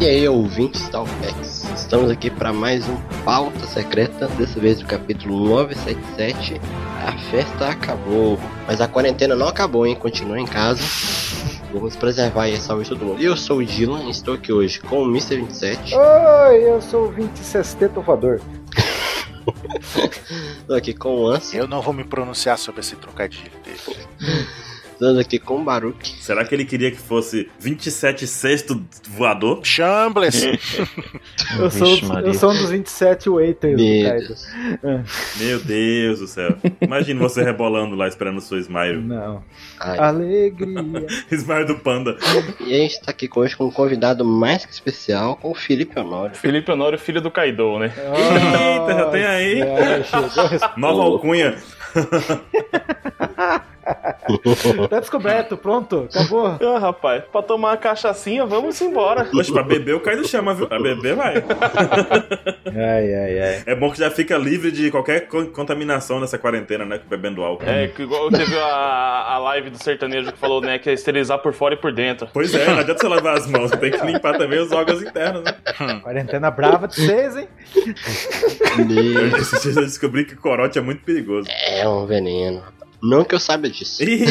E aí, ouvintes Talpex, estamos aqui para mais um Pauta Secreta, dessa vez do capítulo 977. A festa acabou, mas a quarentena não acabou, hein? Continua em casa. Vamos preservar aí a saúde de todo mundo. Eu sou o Dylan e estou aqui hoje com o Mr. 27. Oi, eu sou o 26 Tufador. Estou aqui com o Anso, Eu não vou me pronunciar sobre esse trocadilho dele. estamos aqui com o Baruque. Será que ele queria que fosse 27 sexto voador? Chambles! Eu sou, eu sou um dos 27 waiters do Meu Kaido. Deus. Meu Deus do céu. Imagina você rebolando lá esperando o seu smile. Não. Ai. Alegria. Smile do panda. E a gente está aqui hoje com um convidado mais que especial, com o Felipe Honório. Felipe Honório, filho do Kaido, né? Eita, já tem aí. Nossa, chegou a resposta. Nova Oh. alcunha. Tá descoberto, pronto, acabou. Ah, rapaz, pra tomar uma cachaçinha, vamos embora. Poxa, pra beber o Kaido chama, viu? Pra beber vai. Ai, ai, ai. É bom que já fica livre de qualquer con- contaminação nessa quarentena, né? Bebendo álcool. É, que igual teve a, a live do sertanejo que falou, né, que é esterilizar por fora e por dentro. Pois é, não adianta você lavar as mãos, você tem que limpar também os órgãos internos, né? Quarentena brava de vocês, hein? Meu Deus. Esses dias eu descobri que corote é muito perigoso. É um veneno. rapaz. Não que eu saiba disso. Ih,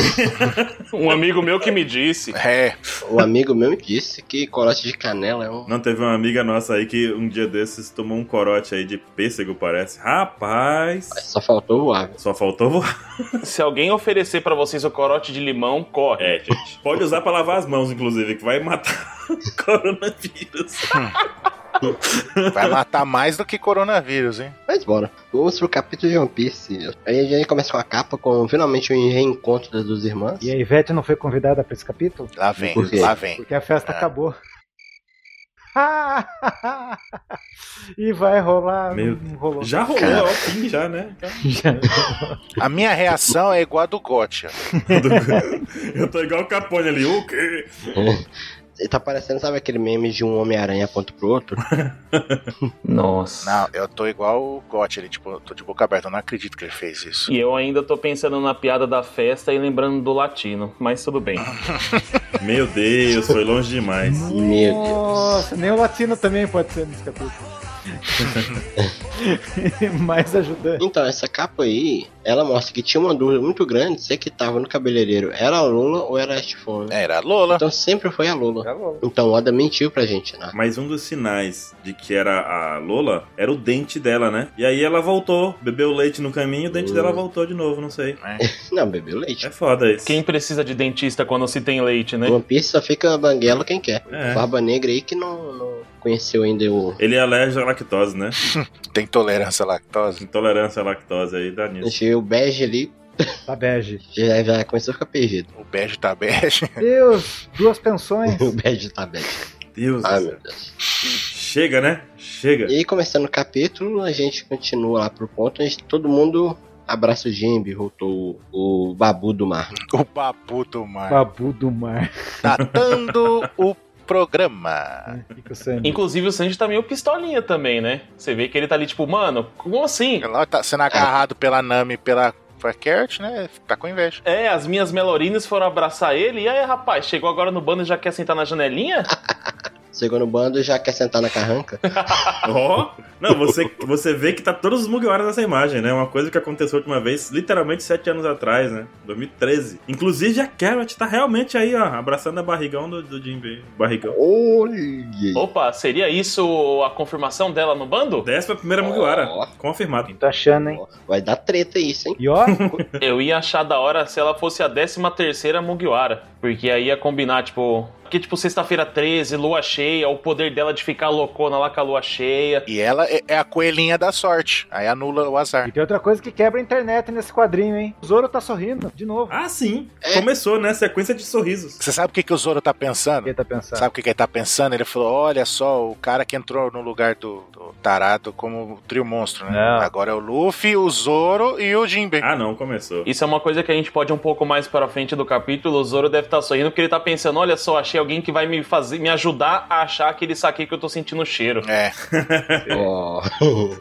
Um amigo meu que me disse. É, Um amigo meu me disse que corote de canela é um. Não, teve uma amiga nossa aí que um dia desses tomou um corote aí de pêssego, parece. Rapaz! Só faltou o ave. Só faltou voar. Se alguém oferecer pra você seu corote de limão, corre. É, gente. Pode usar pra lavar as mãos, inclusive, que vai matar o coronavírus. vai matar mais do que coronavírus, hein? Mas bora. Vamos pro capítulo de One Piece. Aí a gente começa com a capa com finalmente um reencontro das duas irmãs. E a Ivete não foi convidada pra esse capítulo? Lá vem, Por quê? lá vem. Porque a festa Ah. acabou. e vai rolar. Meu não rolou. Já rolou, ó, fim já, né? A minha reação é igual a do Gotcha. Eu tô igual o Capone ali. O quê? E tá parecendo, sabe aquele meme de um Homem-Aranha aponta pro outro? Nossa. Não, eu tô igual o Gotcha, ele, tipo, eu tô de boca aberta, eu não acredito que ele fez isso. E eu ainda tô pensando na piada da festa e lembrando do latino, mas tudo bem. Meu Deus, foi longe demais. Meu Deus. Nossa, nem o latino também pode ser nesse capítulo. Mais ajudante. Então, essa capa aí, ela mostra que tinha uma dúvida muito grande se é que tava no cabeleireiro era a Lula ou era a Estifon, né? Era a Lola. Então sempre foi a Lula. Então o Oda mentiu pra gente, né? Mas um dos sinais de que era a Lola era o dente dela, né? E aí ela voltou, bebeu leite no caminho, o dente dela voltou de novo, não sei. Não, bebeu leite. É foda isso. Quem precisa de dentista quando se tem leite, né? One Piece só fica banguelo quem quer. É. Barba Negra aí que não, não conheceu ainda o. Ele é alérgico à lactose, né? Tem tolerância à lactose? Intolerância à lactose aí dá nisso. O Bege ali Tá bege. já, já começou a ficar perdido. O bege tá bege. Deus, duas pensões. O Bege tá bege. Deus Ah, do meu céu. Deus. Chega, né? Chega. E aí, começando o capítulo, a gente continua lá pro ponto, a gente, todo mundo abraça o Jimbe, rotou o, o babu do mar. O babu do mar. Babu do mar. Datando o programa. Fica o sangue. Inclusive o Sanji tá meio pistolinha também, né? Você vê que ele tá ali tipo, mano, como assim? Ela tá sendo agarrado pela Nami e pela pela Kert, né? Tá com inveja. É, as minhas melorinas foram abraçar ele. E aí, rapaz, chegou agora no bando e já quer sentar na janelinha? Segundo bando já quer sentar na carranca. Ó! Não, você, você vê que tá todos os Mugiwaras nessa imagem, né? Uma coisa que aconteceu a última vez, literalmente sete anos atrás, né? 2013. Inclusive a Carrot tá realmente aí, ó, abraçando a barrigão do, do Jinbei. Barrigão. Olha! Opa, seria isso a confirmação dela no bando? Décima primeira Mugiwara. Ó. Confirmado. Tô achando, hein? Vai dar treta isso, hein? E ó, Eu ia achar da hora se ela fosse a 13 terceira Mugiwara. Porque aí ia combinar, tipo... Que tipo, sexta-feira 13, lua cheia, o poder dela de ficar loucona lá com a lua cheia. E ela é é a coelhinha da sorte. Aí anula o azar. e tem outra coisa que quebra a internet nesse quadrinho, hein? O Zoro tá sorrindo, de novo. Ah, sim. É. Começou, né? Sequência de sorrisos. Você sabe o que, que o Zoro tá pensando? Quem tá pensando? Sabe o que, que ele tá pensando? Ele falou: olha só, o cara que entrou no lugar do, do Tarado como o trio monstro, né? Não. Agora é o Luffy, o Zoro e o Jinbe. Ah, não, começou. Isso é uma coisa que a gente pode um pouco mais para frente do capítulo. O Zoro deve estar sorrindo porque ele tá pensando: olha só, achei alguém que vai me fazer, me ajudar a achar aquele saque que eu tô sentindo o cheiro. Ah. É, Ó.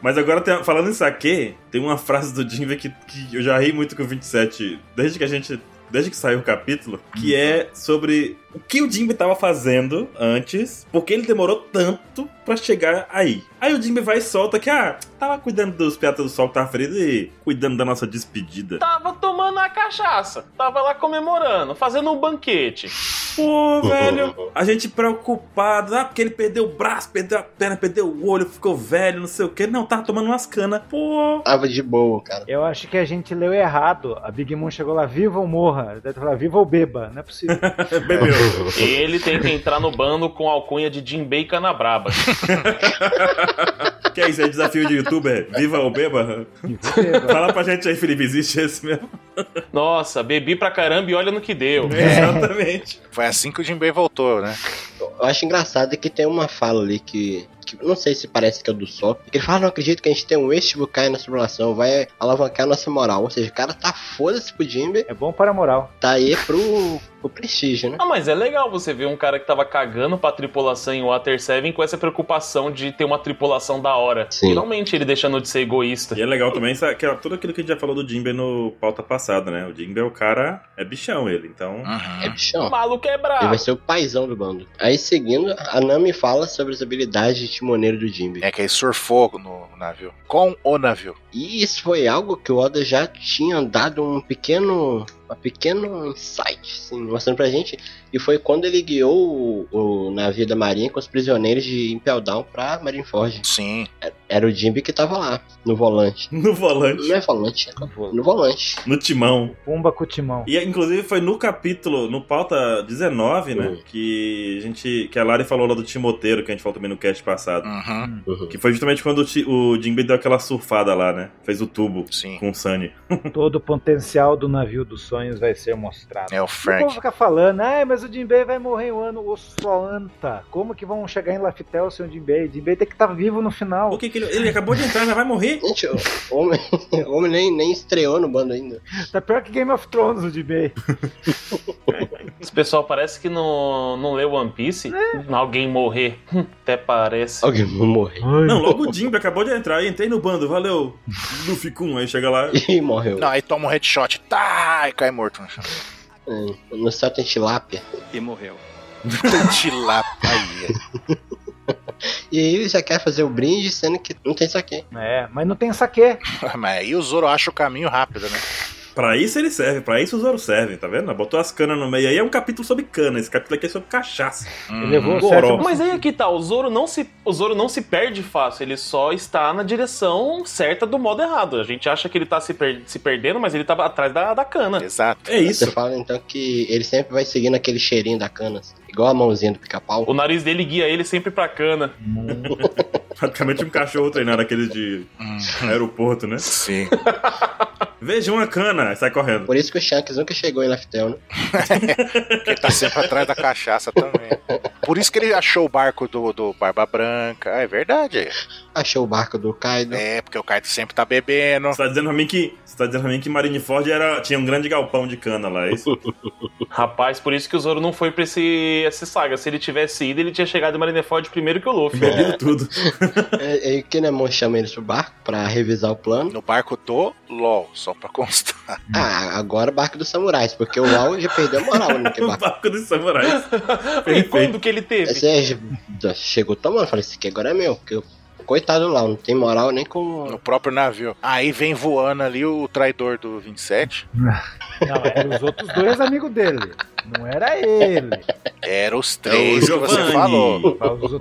Mas agora, tem- falando em saque, tem uma frase do Jinbei que, que eu já ri muito com o 27, desde que a gente desde que saiu o capítulo, que é sobre o que o Jimmy tava fazendo antes, porque ele demorou tanto pra chegar aí. Aí o Jimmy vai e solta que, ah, tava cuidando dos piatas do sol que tava ferido e cuidando da nossa despedida. Tava tomando a cachaça, tava lá comemorando, fazendo um banquete. Pô, velho, a gente preocupado, ah, porque ele perdeu o braço, perdeu a perna, perdeu o olho, ficou velho, não sei o que. Não, tava tomando umas canas. Pô. Tava de boa, cara. Eu acho que a gente leu errado. A Big Mom chegou lá, viva ou morra. Ele deve falar, viva ou beba. Não é possível. Bebeu. Ele tem que entrar no bando com a alcunha de Jimbei Canabraba. que é isso? É desafio de youtuber? Viva ou beba? Fala pra gente aí, Felipe, existe esse mesmo? Nossa, bebi pra caramba e olha no que deu. É. Exatamente. Foi assim que o Jimbei voltou, né? Eu acho engraçado que tem uma fala ali que não sei se parece que é do Sop, ele fala, não acredito que a gente tem um ex-Shibukai na simulação, vai alavancar nossa moral. Ou seja, o cara tá foda-se pro Jimbe. É bom para a moral. Tá aí pro, pro prestígio, né? Ah, mas é legal você ver um cara que tava cagando pra tripulação em Water 7 com essa preocupação de ter uma tripulação da hora. Sim. Finalmente ele deixando de ser egoísta. E é legal também sabe, que é tudo aquilo que a gente já falou do Jimbe no pauta passada, né? O Jimbe é o cara, é bichão ele, então... Uhum. É bichão. O maluco é brabo. Ele vai ser o paizão do bando. Aí seguindo, a Nami fala sobre as habilidades de timoneiro do Jimbe. É que ele surfou no navio. Com o navio. E isso foi algo que o Oda já tinha dado um pequeno. Um pequeno insight, assim, mostrando pra gente. E foi quando ele guiou o, o navio da marinha com os prisioneiros de Impel Down pra Marineford. Sim. Era, era o Jimbe que tava lá, no volante. No volante. Não é volante, Tá é no volante. No timão. Pumba com o timão. E inclusive foi no capítulo, no pauta 19, né? Uhum. Que a gente. Que a Lari falou lá do timoteiro, que a gente falou também no cast passado. Uhum. Uhum. Que foi justamente quando o, o Jinbe deu aquela surfada lá, né? Fez o tubo Sim. com o Sunny. Todo o potencial do navio dos sonhos vai ser mostrado. É o Frank. O povo fica falando, ah, mas o Jinbei vai morrer um ano, o Soanta. Como que vão chegar em Laftel sem o Jinbei? O Jinbei tem que estar tá vivo no final. O que, que ele, ele acabou de entrar, já vai morrer? Gente, o homem, o homem nem, nem estreou no bando ainda. Tá pior que Game of Thrones o Jinbei. Esse pessoal parece que não, não leu One Piece. É. Alguém morrer. Hum, Até parece. Alguém morrer. Não, logo o Jinbei acabou de entrar. Entrei no bando, valeu. Luffy Kun, aí chega lá. e morreu. Não, aí toma um headshot. Tá, e cai morto no chão. É, no céu tem tilápia. E morreu. tilápia. E aí já quer fazer o brinde, sendo que não tem saque. É, mas não tem saque. mas aí o Zoro acha o caminho rápido, né? Pra isso ele serve, pra isso o Zoro serve, tá vendo? Botou as canas no meio. Aí é um capítulo sobre cana, esse capítulo aqui é sobre cachaça. Ele levou Hum, o sétimo... Mas aí aqui tá, o Zoro, não se, o Zoro não se perde fácil, ele só está na direção certa do modo errado. A gente acha que ele tá se, per- se perdendo, mas ele tá atrás da, da cana. Uhum. Exato. É isso. Você fala então que ele sempre vai seguindo aquele cheirinho da cana, assim, igual a mãozinha do pica-pau. O nariz dele guia ele sempre pra cana. Praticamente um cachorro treinado aquele de aeroporto, né? Uhum. Sim. Veja uma cana, sai correndo. Por isso que o Shanks nunca chegou em Laftel, né? Porque ele tá sempre atrás da cachaça também. Por isso que ele achou o barco do, do Barba Branca. Ah, é verdade. Achou o barco do Kaido. É, porque o Kaido sempre tá bebendo. Você tá dizendo pra mim que, você tá dizendo pra mim que Marineford era, tinha um grande galpão de cana lá, é isso? Rapaz, por isso que o Zoro não foi pra esse, essa saga. Se ele tivesse ido, ele tinha chegado em Marineford primeiro que o Luffy. Bebido tudo. é, é, Kinemon chama eles pro barco pra revisar o plano. No barco do LOL, só pra constar. Hum. Ah, agora o barco dos samurais, porque o LOL já perdeu a moral no que o barco. Um barco dos samurais. E quando que ele teve? Você chegou tomando, falei, esse aqui agora é meu, porque eu coitado lá, não tem moral nem com. No próprio navio. Aí vem voando ali o traidor do 27. Não, eram os outros dois amigos dele. Não era ele. Era os três É que você Giovanni. falou.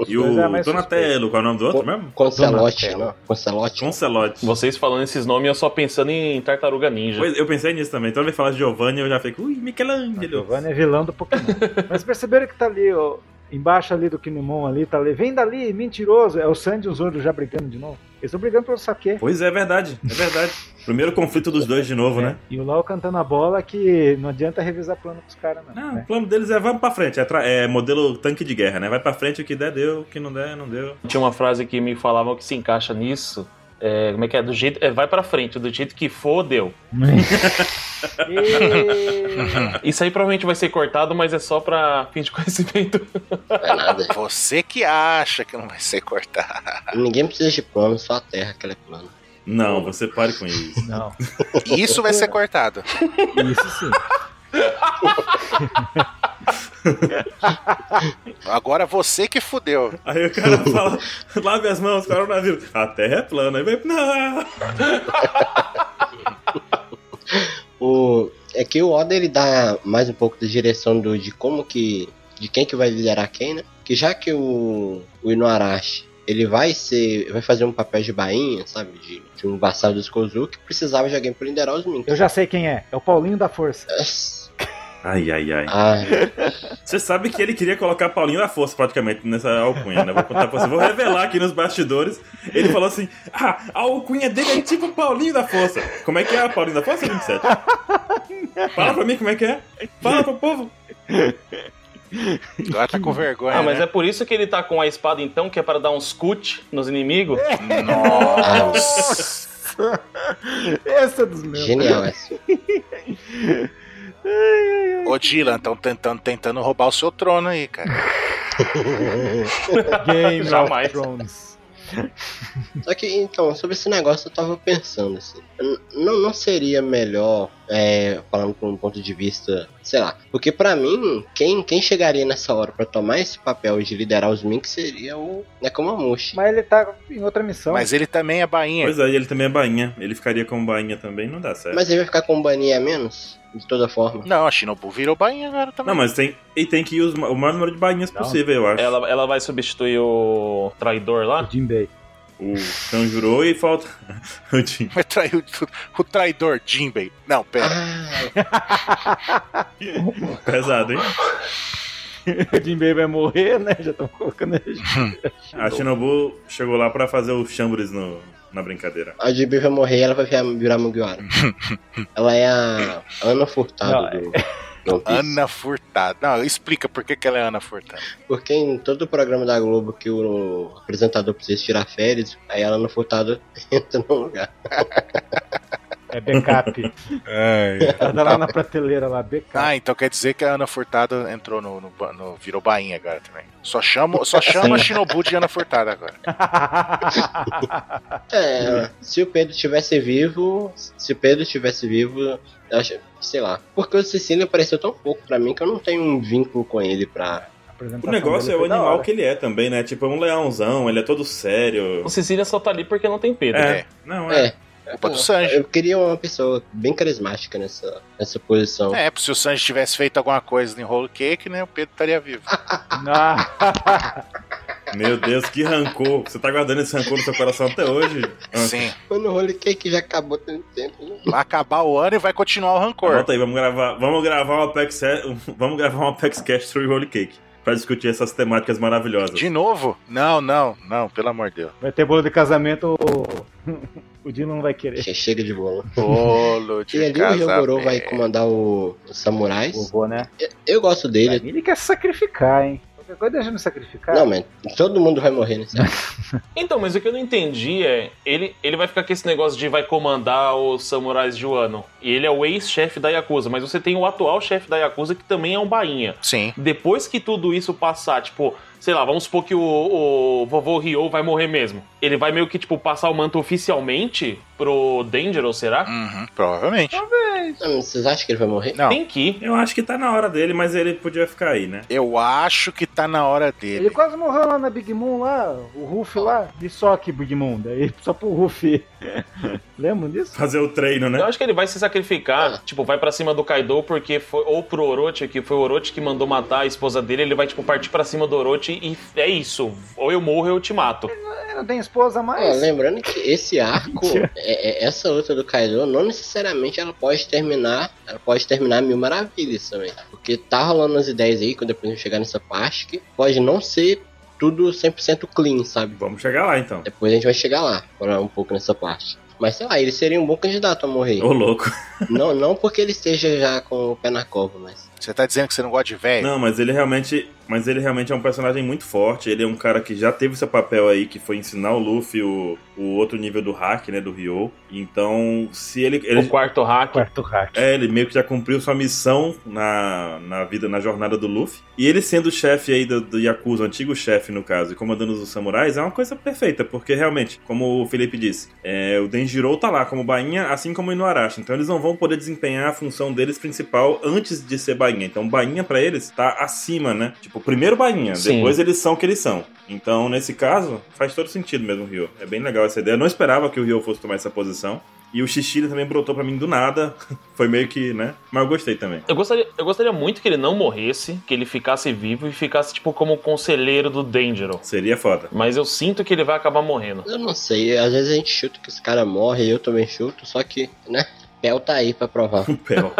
E o Donatello, qual é o nome do outro mesmo? Concelote, não. Concelote. Concelote. Vocês falando esses nomes, eu só pensando em Tartaruga Ninja. Pois, eu pensei nisso também. Então ele fala de Giovanni, eu já fico, ui, Michelangelo. Giovanni é vilão do Pokémon. Mas perceberam que tá ali, ó, embaixo ali do Kinemon ali, tá ali, vem dali, mentiroso. É o Sandy e o Zoro já brigando de novo. Eles estão brigando pelo saque. Pois é, é verdade, é verdade. Primeiro conflito dos dois de novo, né? E o Lau cantando a bola que não adianta revisar plano pros caras, não. Não, né? o plano deles é vamos pra frente, é, tra- é modelo tanque de guerra, né? Vai pra frente, o que der, deu, o que não der, não deu. Tinha uma frase que me falavam que se encaixa nisso. É, como é que é? Do jeito. É, vai pra frente, do jeito que for, deu. E- Isso aí provavelmente vai ser cortado, mas é só pra fim de conhecimento. Vai nada. Você que acha que não vai ser cortado. Ninguém precisa de plano, só a terra que ela é plana. Não, você pare com isso. Não, Isso vai ser cortado. isso sim. Agora você que fudeu. Aí o cara fala, lave as mãos, coronavírus. A terra é plana. Aí vai, não. o, é que o Oda ele dá mais um pouco da direção do, de como que. de quem que vai liderar quem, né? Que já que o, o Inuarashi ele vai ser. vai fazer um papel de bainha, sabe? De, de um vassalo dos Kozuki, precisava de alguém pra liderar os Minks. Eu já sei quem é. É o Paulinho da Força. Ai, ai, ai. Ai, Você sabe que ele queria colocar Paulinho da Força praticamente nessa alcunha, né? Vou contar pra você. Vou revelar aqui nos bastidores. Ele falou assim: Ah, a alcunha dele é tipo Paulinho da Força. Como é que é a Paulinho da Força 27? Fala pra mim como é que é. Fala pro povo. Agora tá com vergonha. Ah, mas né? é por isso que ele tá com a espada então, que é para dar uns cut nos inimigos? ah, Nossa! Essa é dos meus. genial essa. Ô, Dylan, estão tentando, tentando roubar o seu trono aí, cara. Game né? Jamais. of Thrones. Só que, então, sobre esse negócio eu tava pensando, assim. n- Não, não seria melhor, é, falando por um ponto de vista, sei lá. Porque pra mim, quem, quem chegaria nessa hora pra tomar esse papel de liderar os Minks seria o Nekomamushi. Mas ele tá em outra missão. Mas ele também é bainha. Pois é, e ele também é bainha. Ele ficaria com bainha também, não dá certo. Mas ele vai ficar com um baninha a menos, de toda forma. Não, a Shinobu virou bainha agora também. é. Não, mas tem, e tem que ir os ma- o maior número de bainhas Não. possível, eu acho. Ela, ela vai substituir o traidor lá? O Jinbei. O Tanjuro e falta. o Jin. Vai trair o, o traidor Jinbei. Não, pera. Ah, Pesado, hein? O Jinbei vai morrer, né? Já estão colocando ele. A Shinobu chegou lá pra fazer os chambres no, na brincadeira. a Jibi vai morrer e ela vai virar, virar Mugiwara. ela é a Ana Furtado Não, do... One Piece. Ana Furtado. Não, explica por que, que ela é Ana Furtado. Porque em todo o programa da Globo que o apresentador precisa tirar férias, aí a Ana Furtado entra no lugar. É backup. Ela tá lá na prateleira lá, backup. Ah, então quer dizer que a Ana Furtado entrou no. no ba- no- virou bainha agora também. Só chama, só chama a Shinobu de Ana Furtado agora. É, se o Pedro estivesse vivo, se o Pedro estivesse vivo, eu acho, sei lá. Porque o Cecília apareceu tão pouco pra mim que eu não tenho um vínculo com ele pra. tá O negócio é o animal que ele é também, né? Tipo, é um leãozão, ele é todo sério. O Cecília só tá ali porque não tem Pedro. É, É. não é. É. Culpa do Sanji. Eu queria uma pessoa bem carismática nessa, nessa posição. É, se o Sanji tivesse feito alguma coisa no Enrolo Cake, né? O Pedro estaria vivo. Ah, Meu Deus, que rancor. Você tá guardando esse rancor no seu coração até hoje? Sim. Mas no Holy Cake já acabou tanto tempo. né? Vai acabar o ano e vai continuar o rancor. Volta aí, vamos gravar, vamos gravar um Apex, vamos gravar um Apex Cash Through Holy Cake pra discutir essas temáticas maravilhosas. De novo? Não, não, não, pelo amor de Deus. vai ter bolo de casamento, o, o Dino não vai querer. Che- Chega de bola. Bolo de E ali o casamento. Ryogoro vai comandar o, os samurais. Vovô, né? Eu gosto dele. Ele quer se sacrificar, hein? Qualquer coisa deixa eu me sacrificar. Não, man, todo mundo vai morrer né? nesse Então, mas o que eu não entendi é. Ele, ele vai ficar com esse negócio de vai comandar os samurais de Wano. E ele é o ex-chefe da Yakuza, mas você tem o atual chefe da Yakuza que também é um bainha. Sim. Depois que tudo isso passar, tipo, sei lá, vamos supor que o, o vovô Ryo vai morrer mesmo. Ele vai meio que, tipo, passar o manto oficialmente pro Dangerous, será? Uhum, provavelmente. Ah, mas Vocês acham que ele vai morrer? Não. Tem que ir. Eu acho que tá na hora dele, mas ele podia ficar aí, né? Eu acho que tá na hora Ele dele. quase morreu lá na Big Moon, lá, o Ruff lá. E só que Big Moon, daí só pro Ruff. Lembram disso? Fazer o treino, né? Eu acho que ele vai se sacrificar, tipo, vai pra cima do Kaido porque foi ou pro Orochi, que foi o Orochi que mandou matar a esposa dele, ele vai tipo partir pra cima do Orochi e é isso. Ou eu morro ou eu te mato. Ele não tem esposa Ah, mais. lembrando que esse arco, é- é- essa luta do Kaido, não necessariamente ela pode terminar, ela pode terminar mil maravilhas também. Porque tá rolando as ideias aí, quando depois a gente chegar nessa parte, que pode não ser tudo 100% clean, sabe? Vamos chegar lá então. Depois a gente vai chegar lá, falar um pouco nessa parte. Mas sei lá, ele seria um bom candidato a morrer. Ô louco. não, não porque ele esteja já com o pé na cova, mas. Você tá dizendo que você não gosta de velho? Não, mas ele realmente. Mas ele realmente é um personagem muito forte. Ele é um cara que já teve seu papel aí, que foi ensinar o Luffy o, o outro nível do hack, né? Do Ryo. Então, se ele. ele O quarto hack. Quarto hack. é, ele meio que já cumpriu sua missão na, na vida, na jornada do Luffy. E ele sendo o chefe aí do, do Yakuza, o antigo chefe no caso, e comandando os samurais, é uma coisa perfeita, porque realmente, como o Felipe disse, é, o Denjiro tá lá como bainha, assim como o Inuarashi. Então eles não vão poder desempenhar a função deles principal antes de ser bainha. Então bainha pra eles tá acima, né? Tipo, primeiro bainha, Sim. depois eles são o que eles são. Então, nesse caso, faz todo sentido mesmo o Ryo. É bem legal essa ideia. Eu não esperava que o Ryo fosse tomar essa posição. E o Xixi também brotou pra mim do nada. Foi meio que, né? Mas eu gostei também. Eu gostaria, eu gostaria muito que ele não morresse, que ele ficasse vivo e ficasse, tipo, como o conselheiro do Dangerous. Seria foda. Mas eu sinto que ele vai acabar morrendo. Eu não sei, às vezes a gente chuta que esse cara morre, eu também chuto, só que, né? Pel tá aí pra provar. O Pel.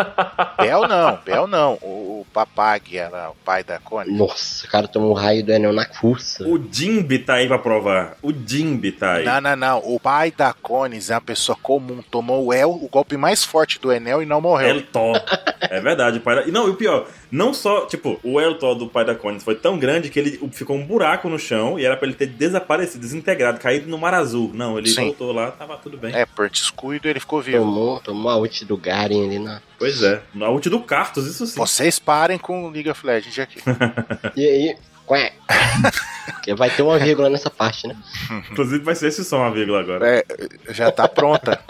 Bel não, Bel não. O, o Papagia lá, o pai da Connie. Nossa, o cara tomou um raio do Enel na cursa. O Jimby tá aí pra provar. O Jimby tá aí. Não, não, não. O pai da Cones é uma pessoa comum. Tomou o El, o golpe mais forte do Enel e não morreu. Eltó. É verdade, o pai da... E não, e o pior, não só, tipo, o Eltó do pai da Collins foi tão grande que ele ficou um buraco no chão e era pra ele ter desaparecido, desintegrado, caído no mar azul. Não, ele Sim. voltou lá, tava tudo bem. É, por descuido ele ficou vivo. Tomou, tomou a ult do Garen ali na. Pois é. Na ult do Cartus, isso sim. Vocês parem com o League of Legends aqui. E aí, qué? Porque vai ter uma vírgula nessa parte, né? Inclusive vai ser esse som, a vírgula, agora. É, já tá pronta.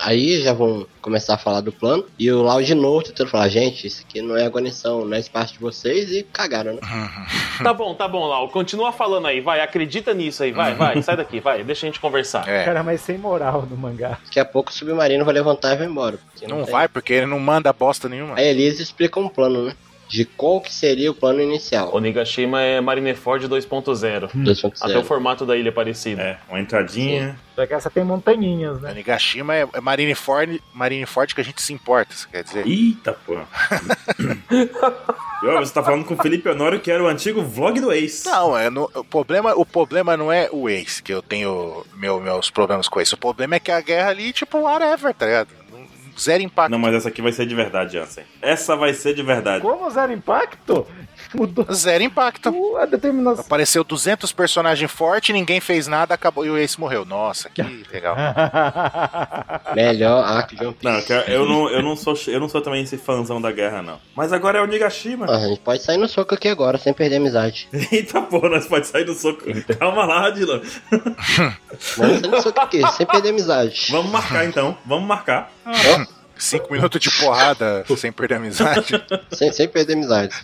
Aí já vão começar a falar do plano. E o Lau de novo tentando falar: gente, isso aqui não é agonição, não é espaço de vocês. E cagaram, né? Tá bom, tá bom, Lau. Continua falando aí, vai. Acredita nisso aí, vai, vai. Sai daqui, vai. Deixa a gente conversar. É. Cara, mas sem moral no mangá. Daqui a pouco o submarino vai levantar e vai embora. porque Não tem- vai, porque ele não manda bosta nenhuma. Aí eles explicam um plano, né? De qual que seria o plano inicial. Onigashima é Marineford 2.0. 2.0. Até o formato da ilha é parecido. É, uma entradinha. Só que essa tem montanhinhas, né? Anigashima é, é Marineford, Marineford que a gente se importa, isso quer dizer. Eita, pô. E, ó, você tá falando com o Felipe Honório, que era o antigo vlog do ex. Não, é no- o, problema, o problema não é o ex, que eu tenho meu- meus problemas com isso. O problema é que a guerra ali, tipo, whatever, tá ligado? Não- Zero impacto. Não, mas essa aqui vai ser de verdade, Jansen. Essa vai ser de verdade. Como zero impacto? Mudou Zero impacto. a determinação. Apareceu 200 personagens fortes, ninguém fez nada, acabou e o ex morreu. Nossa, que legal. Melhor arco de One Piece. Não, que eu não, eu não sou eu não sou também esse fãzão da guerra, não. Mas agora é o Nigashima. Ah, a gente pode sair no soco aqui agora, sem perder a amizade. Eita porra, nós pode sair do soco. Calma lá, Dylan. Vamos sair no soco aqui, sem perder a amizade. Vamos marcar então. Vamos marcar. Cinco minutos de porrada sem perder a amizade. Sem, sem perder a amizade.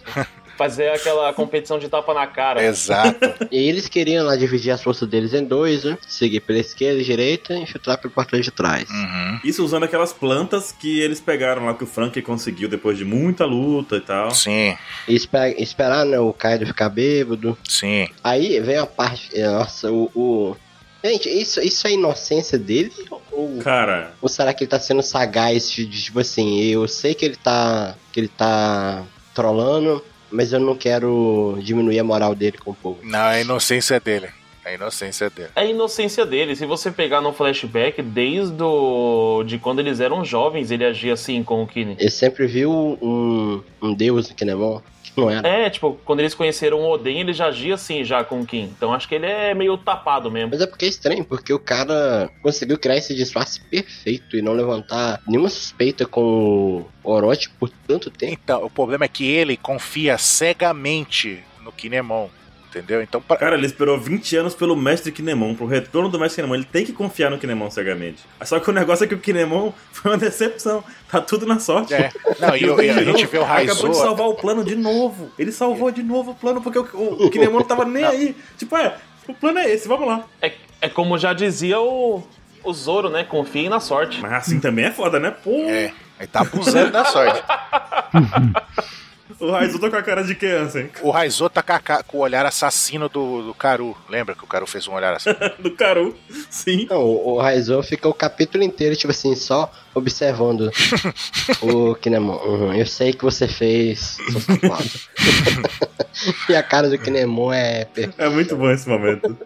Fazer aquela competição de tapa na cara. Exato. E eles queriam lá dividir as forças deles em dois, né? Seguir pela esquerda e direita e infiltrar pelo portão de trás. Uhum. Isso usando aquelas plantas que eles pegaram lá, que o Frank conseguiu depois de muita luta e tal. Sim, E espe- esperar, né, o Kaido ficar bêbado. sim. Aí vem a parte. eh, Nossa, o. o- Gente, isso, isso é inocência dele? Ou, Cara, ou será que ele tá sendo sagaz de, de, tipo assim, eu sei que ele tá. que ele tá trolando, mas eu não quero diminuir a moral dele com o povo. Não, a inocência dele. A inocência dele. É a inocência dele. Se você pegar no flashback, desde o... de quando eles eram jovens, ele agia assim com o Kine. Ele sempre viu um, um deus no Kinemon, que não né? era. É, tipo, quando eles conheceram o Oden, ele já agia assim já com o Kim. Então acho que ele é meio tapado mesmo. Mas é porque é estranho, porque o cara conseguiu criar esse disfarce perfeito e não levantar nenhuma suspeita com o Orochi por tanto tempo. Então, o problema é que ele confia cegamente no Kinemon, entendeu? Então, pra- cara, ele esperou 20 anos pelo mestre Kinemon, pro retorno do mestre Kinemon. Ele tem que confiar no Kinemon cegamente. Só que o negócio é que o Kinemon foi uma decepção. Tá tudo na sorte. É. Não, e, o- e a gente vê o Acabou de Raizo. salvar o plano de novo. Ele salvou de novo o plano porque o, o, o Kinemon não tava nem aí. Tipo, é, o plano é esse, vamos lá. É, é como já dizia o, o Zoro, né? Confiem na sorte. Mas assim também é foda, né? Pô, É, ele tá abusando da sorte. o Raizu tá com a cara de criança, hein? O Raizo tá com, a ca- com o olhar assassino do, do Karu. Lembra que o Karu fez um olhar assim? Do Karu. Sim. Não, o o Raizou fica o capítulo inteiro, tipo assim, só observando o Kinemon. Uhum, eu sei que você fez. seus safados. e a cara do Kinemon é perfeita. É muito bom esse momento.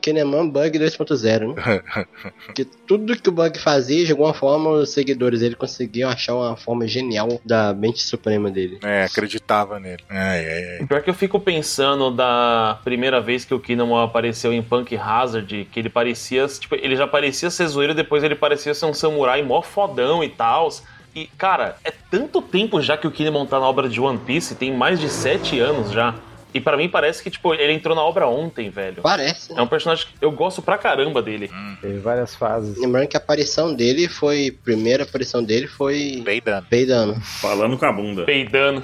Kineman Bug 2.0, né? que tudo que o Bug fazia, de alguma forma, os seguidores dele conseguiam achar uma forma genial da mente suprema dele. É, acreditava nele. É, Ai, ai, ai. Pior que eu fico pensando da primeira vez que o Kineman apareceu em Punk Hazard, que ele parecia, tipo, ele já parecia ser zoeiro, depois ele parecia ser um samurai mó fodão e tal. E, cara, é tanto tempo já que o Kinemon tá na obra de One Piece, tem mais de sete anos já. E para mim parece que, tipo, ele entrou na obra ontem, velho. Parece. né? É um personagem que eu gosto pra caramba dele. Hum. Teve várias fases. Lembrando que a aparição dele foi. A primeira aparição dele foi. Peidando. Peidando. Falando com a bunda. Peidando.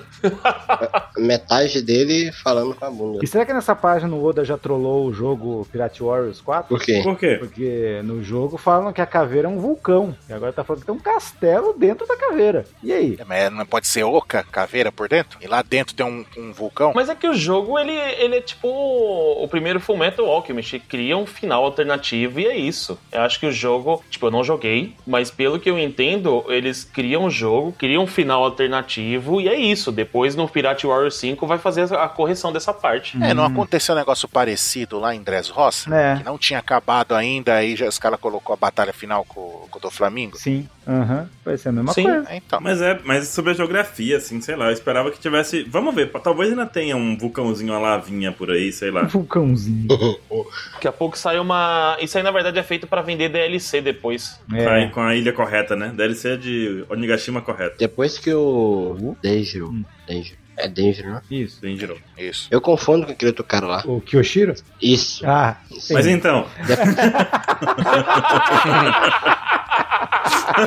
Metade dele falando com a bunda. E será que nessa página o Oda já trollou o jogo Pirate Warriors 4? Por quê? Por quê? Porque no jogo falam que a caveira é um vulcão. E agora tá falando que tem um castelo dentro da caveira. E aí? É, mas não pode ser oca, caveira por dentro? E lá dentro tem um, um vulcão? Mas é que o jogo jogo ele, ele é tipo o primeiro Fullmetal Alchemist, cria um final alternativo e é isso. Eu acho que o jogo, tipo, eu não joguei, mas pelo que eu entendo, eles criam o jogo, criam um final alternativo e é isso. Depois no Pirate Warrior 5 vai fazer a correção dessa parte. É, não aconteceu um negócio parecido lá em Dress Roça? É. Que não tinha acabado ainda, aí já, os caras colocou a batalha final com, com o do Flamengo? Sim. Aham, uhum. vai ser a mesma Sim. coisa. É, então. Mas é, mas sobre a geografia, assim, sei lá, eu esperava que tivesse. Vamos ver, talvez ainda tenha um vulcãozinho, uma lavinha por aí, sei lá. Um vulcãozinho. Daqui a pouco sai uma. Isso aí, na verdade, é feito para vender DLC depois. É. Pra, com a ilha correta, né? DLC de Onigashima correta. Depois que o. Eu... Dejo. Hum. Dejo. É Denjiro, né? Isso. Denjiro. Isso. Eu confundo com aquele outro cara lá. O Kyoshiro? Isso. Ah, Isso. Mas então.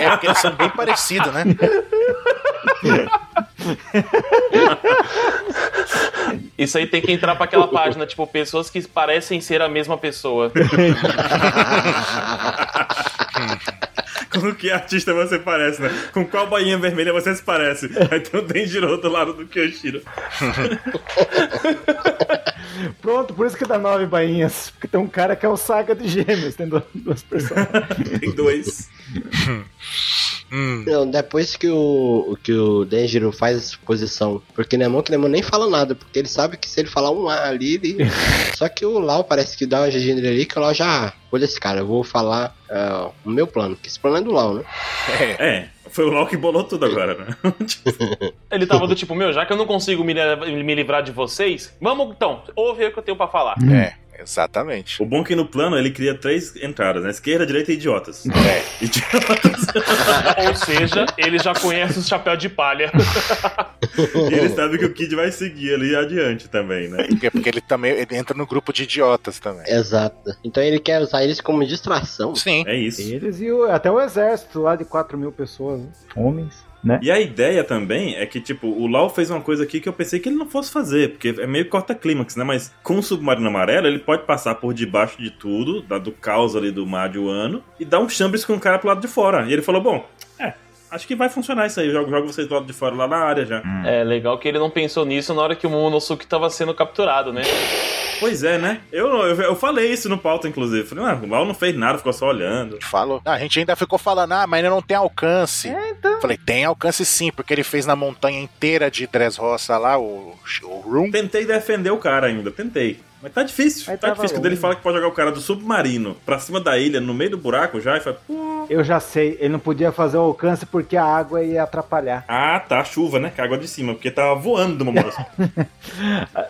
é porque eles são bem parecidos, né? Isso aí tem que entrar para aquela página, tipo, pessoas que parecem ser a mesma pessoa. com que artista você parece, né? Com qual bainha vermelha você se parece? Então tem Giro do lado do Kyoshiro. Pronto, por isso que dá nove bainhas. Porque tem um cara que é o Saga de Gêmeos, tem duas pessoas. tem dois. Hum. Não, depois que o que o Denjiro faz a suposição, porque Nemon que Nemon nem fala nada, porque ele sabe que se ele falar um A ali, ele... só que o Lau parece que dá uma GG ali que o Lau já, "Ah, olha esse cara, eu vou falar uh, o meu plano, que esse plano é do Lau, né? É. é. Foi o Lau que bolou tudo agora, né? ele tava do tipo, meu, já que eu não consigo me, me livrar de vocês, vamos então, ouve o que eu tenho para falar. É. Exatamente. O bom é que no plano ele cria três entradas, né? Esquerda, direita e idiotas. É. Idiotas. Ou seja, ele já conhece os chapéu de palha. e ele sabe que o Kid vai seguir ali adiante também, né? É porque ele também ele entra no grupo de idiotas também. Exato. Então ele quer usar eles como distração. Sim. É isso. Eles e o, até o exército lá de 4 mil pessoas, né? homens. Né? E a ideia também é que, tipo, o Lau fez uma coisa aqui que eu pensei que ele não fosse fazer, porque é meio corta-clímax, né? Mas com o submarino amarelo, ele pode passar por debaixo de tudo, da, do caos ali do mar de Wano, e dar um chambres com o cara pro lado de fora. E ele falou, bom, é, Acho que vai funcionar isso aí. Eu jogo, jogo vocês do lado de fora, lá na área já. É, legal que ele não pensou nisso na hora que o Momonosuke tava sendo capturado, né? Pois é, né? Eu, eu, eu falei isso no pauta, inclusive. Falei, ah, o Mal não fez nada, ficou só olhando. Falou. Ah, a gente ainda ficou falando, ah, mas ainda não tem alcance. É, então. Falei, tem alcance sim, porque ele fez na montanha inteira de Dressrosa lá, o, o Room. Tentei defender o cara ainda, tentei. Mas tá difícil. Mas tá difícil. Quando ele fala que pode jogar o cara do submarino pra cima da ilha, no meio do buraco já, e fala. Pô. Eu já sei, ele não podia fazer o alcance porque a água ia atrapalhar. Ah, tá, chuva, né? Que a água de cima, porque tava voando do Momonosuke.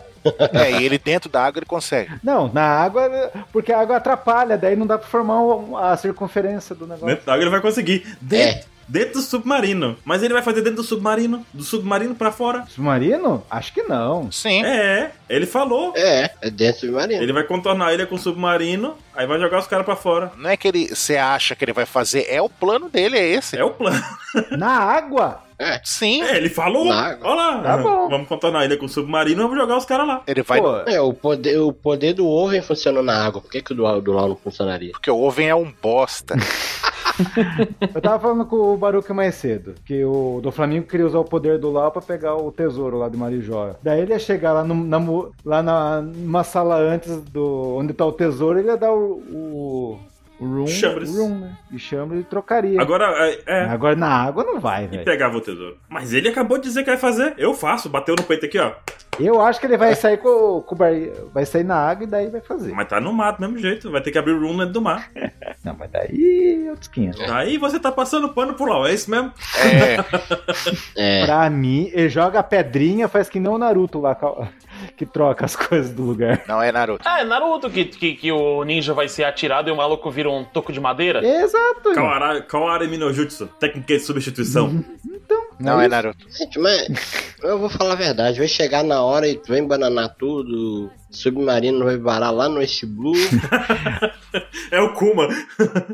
É, e ele dentro da água ele consegue. Não, na água, porque a água atrapalha, daí não dá pra formar um, a circunferência do negócio. Dentro da água ele vai conseguir. Dentro, é. Dentro do submarino. Mas ele vai fazer dentro do submarino? Do submarino para fora? Submarino? Acho que não. Sim. É, ele falou. É, é dentro do submarino. Ele vai contornar a ilha com o submarino, aí vai jogar os caras para fora. Não é que ele você acha que ele vai fazer, é o plano dele, é esse. É o plano. Na água? É. Sim. É, ele falou. Olha lá. Tá bom. Vamos contornar a ilha com o submarino, vamos jogar os caras lá. Ele vai. Pô, é, o poder, o poder do Oven funcionou na água. Por que, que o do, do Lau não funcionaria? Porque o Oven é um bosta. Eu tava falando com o Baruque mais cedo, que o do Flamengo queria usar o poder do Lau pra pegar o tesouro lá de Marijóia. Daí ele ia chegar lá, no, na, lá na, numa sala antes do onde tá o tesouro, ele ia dar o, o O Room, Chambres. Room, né? E Chambres ele trocaria. Agora, é, é, Agora na água não vai, E velho. pegava o tesouro. Mas ele acabou de dizer que vai fazer. Eu faço. Bateu no peito aqui, ó. Eu acho que ele vai sair com, o- com o bar... Vai sair na água e daí vai fazer. Mas tá no mato, mesmo jeito. Vai ter que abrir o room dentro do mar. Não, mas daí é outros 500. Aí você tá passando pano pro Lau. É isso mesmo? É, É, Pra mim, ele joga a pedrinha, faz que nem o Naruto lá, cal- que troca as coisas do lugar. não é Naruto. É, Naruto que, que, que o ninja vai ser atirado e o maluco vira um toco de madeira. Exato. irmão. Kawara, Kawara Minojutsu. Técnica de substituição. Não é Naruto. gente, mas eu vou falar a verdade. Vai chegar na hora e vai bananar tudo. Submarino vai parar lá no East Blue. É o Kuma.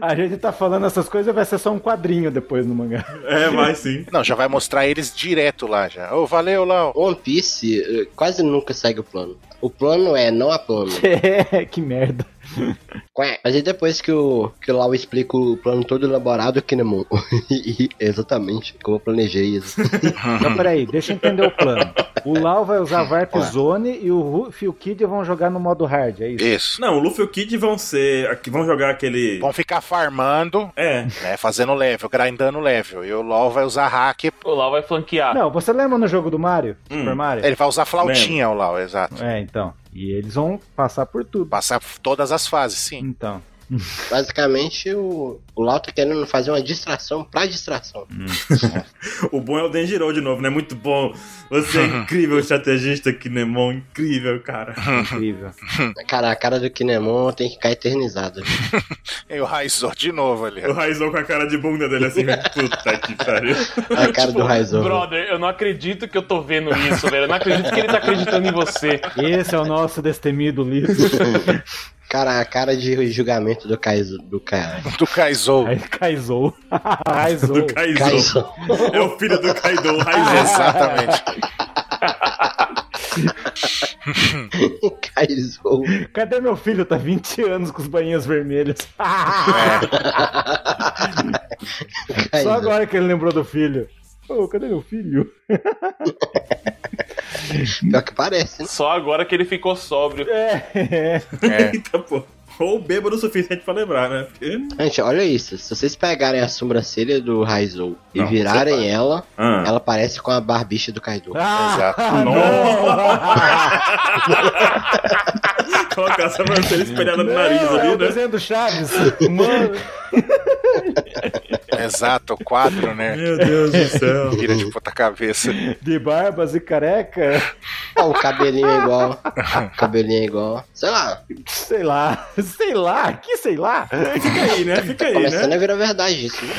A gente tá falando essas coisas, vai ser só um quadrinho depois no mangá. É, vai sim. Não, já vai mostrar eles direto lá já. Ô, valeu, Lau. One Piece eh, quase nunca segue o plano. O plano é não há plano. É, que merda. Quá. Mas e depois que o, que o Lau explica o plano todo elaborado, Kinemon? E- exatamente, como eu planejei isso. Então, peraí, deixa eu entender o plano. O Lau vai usar Varp Zone e o Ruff e o Kid vão jogar no modo hard, é isso? Isso. Não, o Luffy e o Kid vão ser. aqui- Vão jogar aquele. Vão ficar farmando, É. né? Fazendo level, grindando level. E o LOL vai usar hack. O Lau vai flanquear. Não, você lembra no jogo do Mario? Hum. Super Mario? Ele vai usar flautinha, o LOL, exato. É, então. E eles vão passar por tudo. Passar todas as fases, sim. Então. Basicamente, o, o Lau tá querendo fazer uma distração pra distração. O bom é o Denjiro de novo, né? Muito bom. Você é incrível estrategista, Kinemon. Incrível, cara. Incrível. Cara, a cara do Kinemon tem que ficar eternizada. E o Raizou de novo é ali. O Raizou com a cara de bunda dele assim. Puta que pariu. A cara do Raizou. Tipo, Brother, eu não acredito que eu tô vendo isso, velho. Eu não acredito que ele tá acreditando em você. Esse é o nosso destemido Lito. Cara, a cara de julgamento do Kaizo. Do Kai- Do Kaizou. Aí Kaizou. Kaizou. Do Kaizo. Kaizou. É o filho do Kaido, o Raizou. Exatamente. Kaizo. Cadê meu filho? Tá 20 anos com os banhinhos vermelhos. Kaizo. Só agora que ele lembrou do filho. Ô, cadê meu filho? Pior que parece, né? Só agora que ele ficou sóbrio. É, é. É. Eita, pô. Ou bêbado o suficiente pra lembrar, né? Porque... Gente, olha isso. Se vocês pegarem a sobrancelha do Raizou e Não, virarem ela, Ah. ela parece com a barbicha do Kaido. Ah. Exato. Nossa! Colocar essa sobrancelha espelhada no nariz Não, é o ali, né? desenho do Chaves. Mano, Exato, o quadro, né? Meu Deus do céu. Vira de ponta cabeça. de barbas e careca. Ó, o cabelinho é igual. O cabelinho é igual. Sei lá, Sei lá. Sei lá. Que sei lá? Fica aí, né? Fica aí, começando né? a virar verdade isso. né?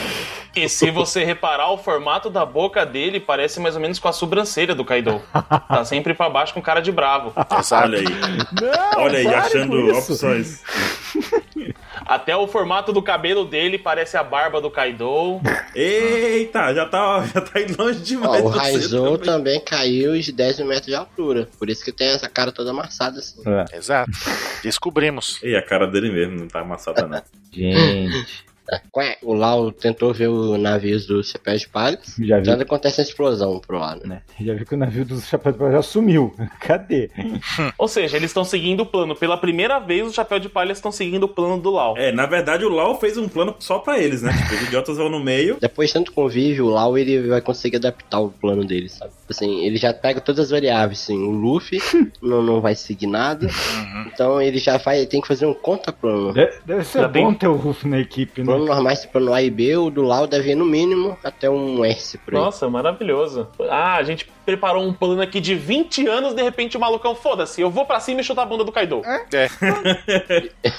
E se você reparar, o formato da boca dele parece mais ou menos com a sobrancelha do Kaido. Tá sempre pra baixo com cara de bravo. Exato. Olha aí. Não, Olha aí, pare com achando isso. opções. Até o formato do cabelo dele parece a barba do Kaido. Eita, já tá, já tá indo longe Ó, demais. né? o você Raizou também. também caiu de 10 mil metros de altura. Por isso que tem essa cara toda amassada assim. Ah, Exato. Descobrimos. Ei, a cara dele mesmo não tá amassada, não. Gente. Quém. O Lau tentou ver o navio do Chapéu de Palhas. Já vi, Quando acontece a explosão pro lado. né? Já vi que o navio dos Chapéu de Palha já sumiu. Cadê? Ou seja, eles estão seguindo o plano. Pela primeira vez, os Chapéu de Palha estão seguindo o plano do Lau. É, na verdade o Lau fez um plano só pra eles, né? Tipo, os idiotas vão no meio. Depois de tanto convívio, o Lau ele vai conseguir adaptar o plano dele, sabe? Assim, ele já pega todas as variáveis, assim, o Luffy não, não vai seguir nada, Uhum. então ele já vai, ele tem que fazer um contra-plano. De- Deve ser Já bom tem- ter o Ruff na equipe, né? Plano normais, esse plano A e B, o do Lau deve ir no mínimo até um S por aí. Nossa, maravilhoso. Ah, a gente preparou um plano aqui de 20 anos, de repente o malucão, foda-se, eu vou pra cima e chuto a bunda do Kaido.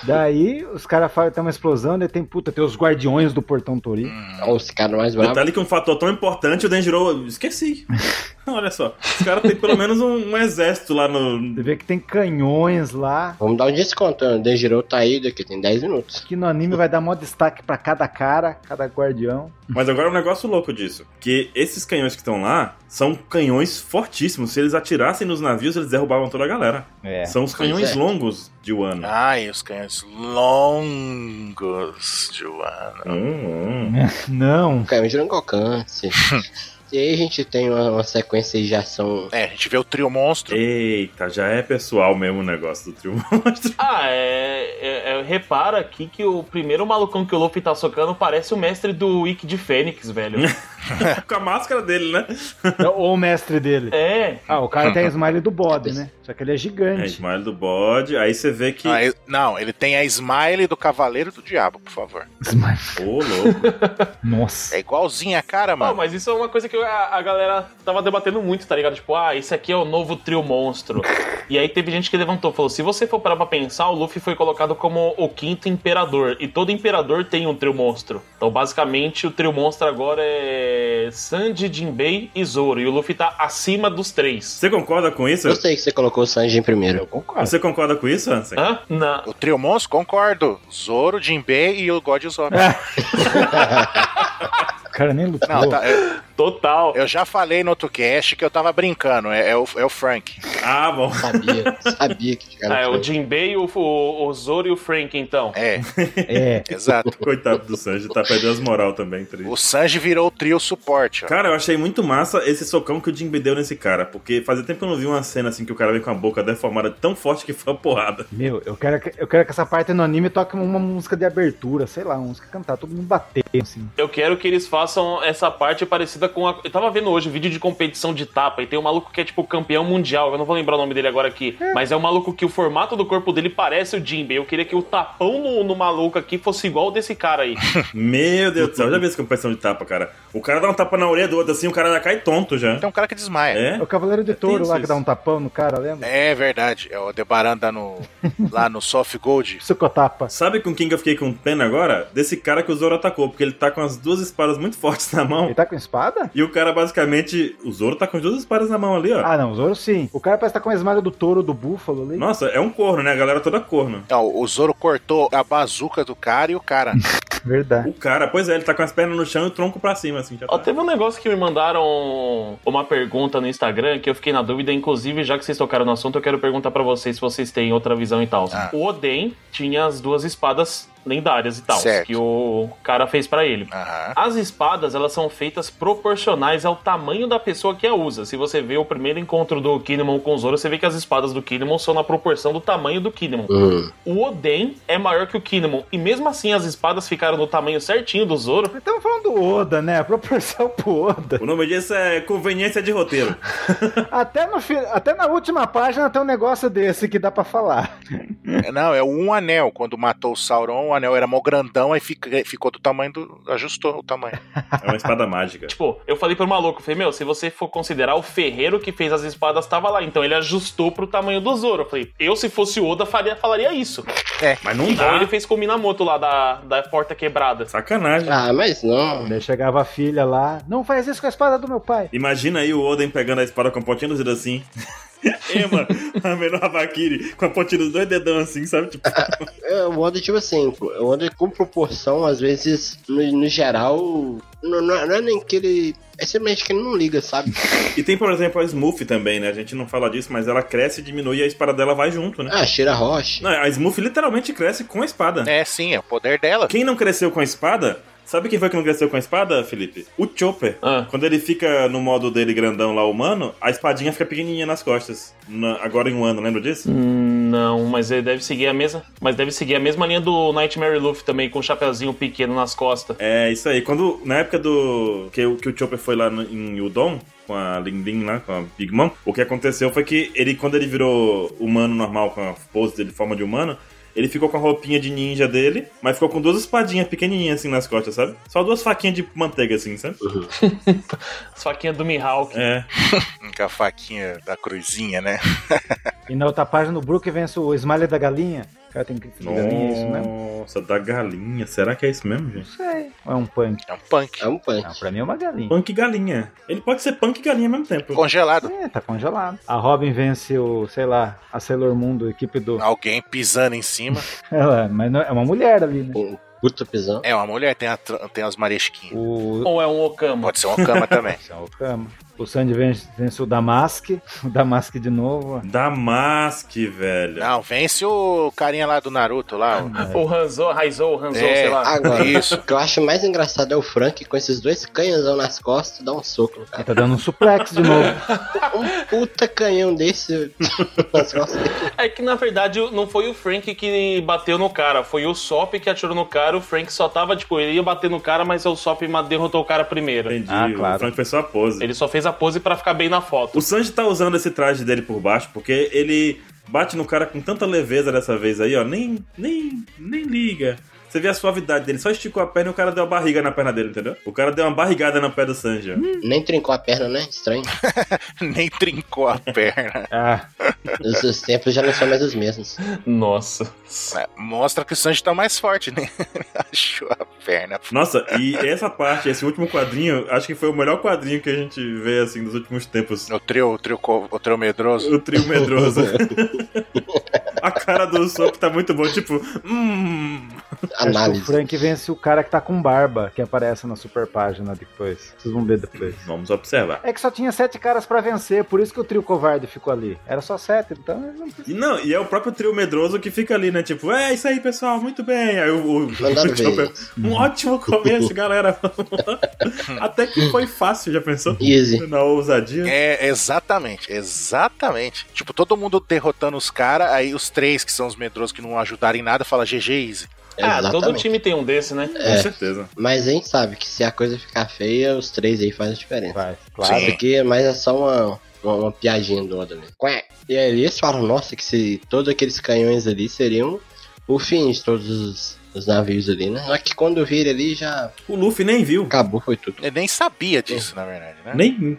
Daí os caras falam tem uma explosão, daí tem puta, tem os guardiões do portão Tori. Uhum. Olha os caras mais bravos. Detalhe que um fator tão importante, o Denjiro. Esqueci. Olha só. Os caras têm pelo menos um, um exército lá no. Você vê que tem canhões lá, Vamos dar um desconto, né? o Denjiro tá aí daqui, tem 10 minutos. que no anime vai dar mó destaque pra cada cara, cada guardião. Mas agora é um negócio louco disso. Que esses canhões que estão lá são canhões fortíssimos. Se eles atirassem nos navios, eles derrubavam toda a galera. É. São os Pois canhões é. longos de Wano. Ai, os canhões longos, Joana. Hum, hum. Não. Caiu de Rangokan, se, um E aí a gente tem uma, uma sequência de ação. É, a gente vê o trio monstro. Eita, já é pessoal mesmo o negócio do trio monstro. Ah, é, é- é- Repara aqui que o primeiro malucão que o Luffy tá socando parece o mestre do Wiki de Fênix, velho. Com a máscara dele, né? Ou é o mestre dele. é. Ah, o cara tem a smile do bode, né? Só que ele é É, gigante. Smile do bode. Aí você vê que. Ah, ele- não, ele tem a smile do Cavaleiro do Diabo, por favor. Smile. Ô, louco. Nossa. É igualzinha a cara, Pô, mano. mas isso é uma coisa que a, a galera tava debatendo muito, tá ligado? Tipo, ah, esse aqui é o novo trio monstro. E aí teve gente que levantou e falou: se você for parar pra pensar, o Luffy foi colocado como o quinto imperador. E todo imperador tem um trio monstro. Então, basicamente, o trio monstro agora é Sanji, Jinbei e Zoro. E o Luffy tá acima dos três. Você concorda com isso? Eu sei que você colocou o Sanji em primeiro. Eu concordo. Você concorda com isso, Hansen? Hã? Não. O trio monstro, concordo. Zoro, Jinbei e o God Zoro. O cara nem lutou. Não, tá, eu, Total. eu já falei no outro cast que eu tava brincando. É, é o, é o Frank. Ah, bom. Sabia, sabia que esse cara Ah, é, foi. o Jinbei, o, o, o Zoro e o Frank, então. É, É. exato. Coitado do Sanji, tá perdendo as moral também, triste. O Sanji virou o trio suporte, ó. Cara, eu achei muito massa esse socão que o Jimbe deu nesse cara, porque fazia tempo que eu não vi uma cena assim que o cara vem com a boca deformada tão forte que foi uma porrada. Meu, eu quero, que, eu quero que essa parte no anime toque uma música de abertura, sei lá, uma música cantar, todo mundo bater, assim. Eu quero que eles façam essa parte parecida com a. Eu tava vendo hoje vídeo de competição de tapa e tem um maluco que é tipo campeão mundial. Eu não vou lembrar o nome dele agora aqui. Mas é um maluco que o formato do corpo dele parece o Jinbei. Eu queria que o tapão no, no maluco aqui fosse igual o desse cara aí. Meu Deus do céu, já vi essa competição de tapa, cara. O cara dá um tapa na orelha do outro assim, o cara já cai tonto já. Tem um cara que desmaia. É? É o Cavaleiro de Touro tenso lá que isso. dá um tapão no cara, lembra? É, verdade. É o Debaran dá no, lá no Soft Gold. Psicotapa. Sabe com quem que eu fiquei com pena agora? Desse cara que o Zoro atacou, porque ele tá com as duas espadas muito fortes na Ele mão. tá com espada? E o cara basicamente. O Zoro tá com as duas espadas na mão ali, ó. Ah, não, o Zoro sim. O cara parece que tá com a esmalha do touro, do búfalo ali. Nossa, é um corno, né? A galera toda corno. Então, o Zoro cortou a bazuca do cara e o cara. Verdade. O cara, pois é, ele tá com as pernas no chão e o tronco pra cima, assim. Já Ó, tá. teve um negócio que me mandaram uma pergunta no Instagram que eu fiquei na dúvida. Inclusive, já que vocês tocaram no assunto, eu quero perguntar pra vocês se vocês têm outra visão e tal. Ah. O Oden tinha as duas espadas lendárias e tal, Certo. que o cara fez pra ele. Aham. As espadas, elas são feitas proporcionais ao tamanho da pessoa que a usa. Se você vê o primeiro encontro do Kinemon com o Zoro, você vê que as espadas do Kinemon são na proporção do tamanho do Kinemon. Hum, O Oden é maior que o Kinemon, e mesmo assim as espadas ficaram no tamanho certinho do Zoro. Estamos falando do Oda, né? A proporção pro Oda. O nome disso é conveniência de roteiro. É Até, no fi- Até na última página tem um negócio desse que dá pra falar. Não, é o um anel. Quando matou o Sauron, o anel era mó grandão, aí fica- ficou do tamanho do. ajustou o tamanho. É uma espada mágica. Tipo, eu falei pro maluco, eu falei, meu, se você for considerar o ferreiro que fez as espadas, tava lá. Então ele ajustou pro tamanho do Zoro. Eu falei, eu se fosse o Oda, faria, falaria isso. Mas não Então ele dá. fez com o Minamoto lá da, da porta quebrada. Sacanagem. Ah, mas não. Daí chegava a filha lá, não faz isso com a espada do meu pai. Imagina aí o Oden pegando a espada com a pontinha dos dedos assim. Ema, a menor Havakiri, com a pontinha dos dois dedão assim, sabe? Tipo, É, O Oda, tipo assim, o Oda com proporção, às vezes, no, no geral, não, não é não é nem que ele. É simplesmente que ele não liga, sabe? E tem, por exemplo, a Smooth também, né? A gente não fala disso, mas ela cresce, diminui e a espada dela vai junto, né? Ah, cheira rocha. Não, a Smooth literalmente cresce com a espada. É, sim, é o poder dela. Quem não cresceu com a espada, sabe quem foi que não cresceu com a espada, Felipe? O Chopper. Ah. Quando ele fica no modo dele grandão lá, humano, a espadinha fica pequenininha nas costas. Na- agora em um ano, lembra disso? Hum, Não, mas ele deve seguir a mesma. Mas deve seguir a mesma linha do Nightmare Luffy também, com o chapeuzinho pequeno nas costas. É, isso aí. Quando, na época do. Que, o- que o Chopper foi lá no- em Udon, com a Lin Lin lá, com a Big Mom, o que aconteceu foi que ele, quando ele virou humano normal, com a pose dele, forma de humano, ele ficou com a roupinha de ninja dele, mas ficou com duas espadinhas pequenininhas assim nas costas, sabe? Só duas faquinhas de manteiga assim, sabe? As faquinhas do Mihawk. É. Com a faquinha da cruzinha, né? E na outra página o Brook vence o esmalha da galinha. O cara tem crítica de galinha, é isso mesmo? Nossa, da galinha. Será que é isso mesmo, gente? Não sei. Ou é um punk? É um punk. É um punk. Não, pra mim é uma galinha. Punk galinha. Ele pode ser punk e galinha ao mesmo tempo. Congelado. É, tá congelado. A Robin vence o, sei lá, a Sailor Moon do equipe do. Alguém pisando em cima. Ela, mas não, é uma mulher ali, né? Um puta pisão. É, uma mulher tem, a, tr- tem as maresquinhas. O. Ou é um Okama? Pode ser uma cama também. Isso é o Kama. O Sandy vence, vence o Damask. O Damask de novo. Damask, velho. Não, vence o carinha lá do Naruto, lá. o- O Hanzo, Raizo, o Hanzo, É, sei lá. Agora, Isso. o que eu acho mais engraçado é o Frank com esses dois canhãozão nas costas, dá um soco no Ele cara. tá dando um suplex de novo. Um puta canhão desse nas costas dele. É que na verdade não foi o Frank que bateu no cara, foi o Sop que atirou no cara. O Frank só tava, tipo, ele ia bater no cara, mas o Sop ma- derrotou o cara primeiro. Entendi. Ah, claro. O Frank fez só a pose. Ele só fez a pose pra ficar bem na foto. O Sanji tá usando esse traje dele por baixo porque ele bate no cara com tanta leveza dessa vez aí, ó. Nem, nem, nem liga. Você vê a suavidade dele, só esticou a perna e o cara deu a barriga na perna dele, entendeu? O cara deu uma barrigada no pé do Sanji, ó. Nem trincou a perna, né? Estranho. Nem trincou a perna. Ah, Os, os tempos já não são mais os mesmos. Nossa. Mostra que o Sanji tá mais forte, né? Achou a perna. Nossa, e essa parte, esse último quadrinho, acho que foi o melhor quadrinho que a gente vê, assim, dos últimos tempos. O trio, o trio, co- o trio medroso. O trio medroso. a cara do Sop tá muito boa, tipo, hum. acho que o Análise. Frank vence o cara que tá com barba, que aparece na super página depois. Vocês vão ver depois. Vamos observar. É que só tinha sete caras pra vencer, por isso que o trio covarde ficou ali. Era só sete, então eles não E não, e é o próprio trio medroso que fica ali, né? Tipo, é isso aí, pessoal, muito bem. Aí o, o, Mandaram o ver. Chopper, um ótimo começo, galera. Até que foi fácil, já pensou? Easy. Na ousadia. É, exatamente, exatamente. Tipo, todo mundo derrotando os caras, aí os três que são os medrosos que não ajudaram em nada, fala GG Easy. Ah, todo Exatamente. time tem um desse, né? É, É. Com certeza. Mas a gente sabe que se a coisa ficar feia, os três aí fazem a diferença. vai. Claro Sim. que, mas é só uma, uma, uma piadinha do Oda mesmo. Qué. E aí eles falam, nossa, que se todos aqueles canhões ali seriam o fim de todos os, os navios ali, né? Só que quando vira ali já O Luffy nem viu. acabou, foi tudo. Eu nem sabia disso, na verdade, né? Nem.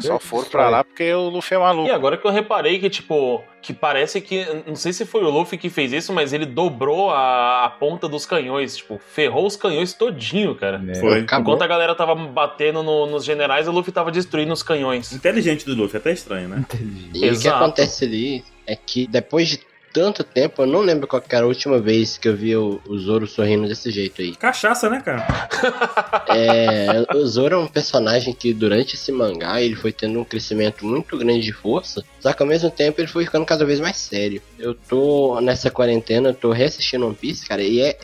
Só foram pra lá porque o Luffy é maluco. E agora que eu reparei que, tipo, que parece que. Não sei se foi o Luffy que fez isso, mas ele dobrou a, a ponta dos canhões. Tipo, ferrou os canhões todinho, cara. Foi. Acabou. Enquanto a galera tava batendo no- nos generais, o Luffy tava destruindo os canhões. Inteligente do Luffy, até estranho, né? Entendi. E o que Exato. acontece ali é que depois de tanto tempo, eu não lembro qual que era a última vez que eu vi o, o Zoro sorrindo desse jeito aí. Cachaça, né, cara? É, o Zoro é um personagem que durante esse mangá ele foi tendo um crescimento muito grande de força, só que ao mesmo tempo ele foi ficando cada vez mais sério. Eu tô nessa quarentena, eu tô reassistindo One Piece, cara, e é,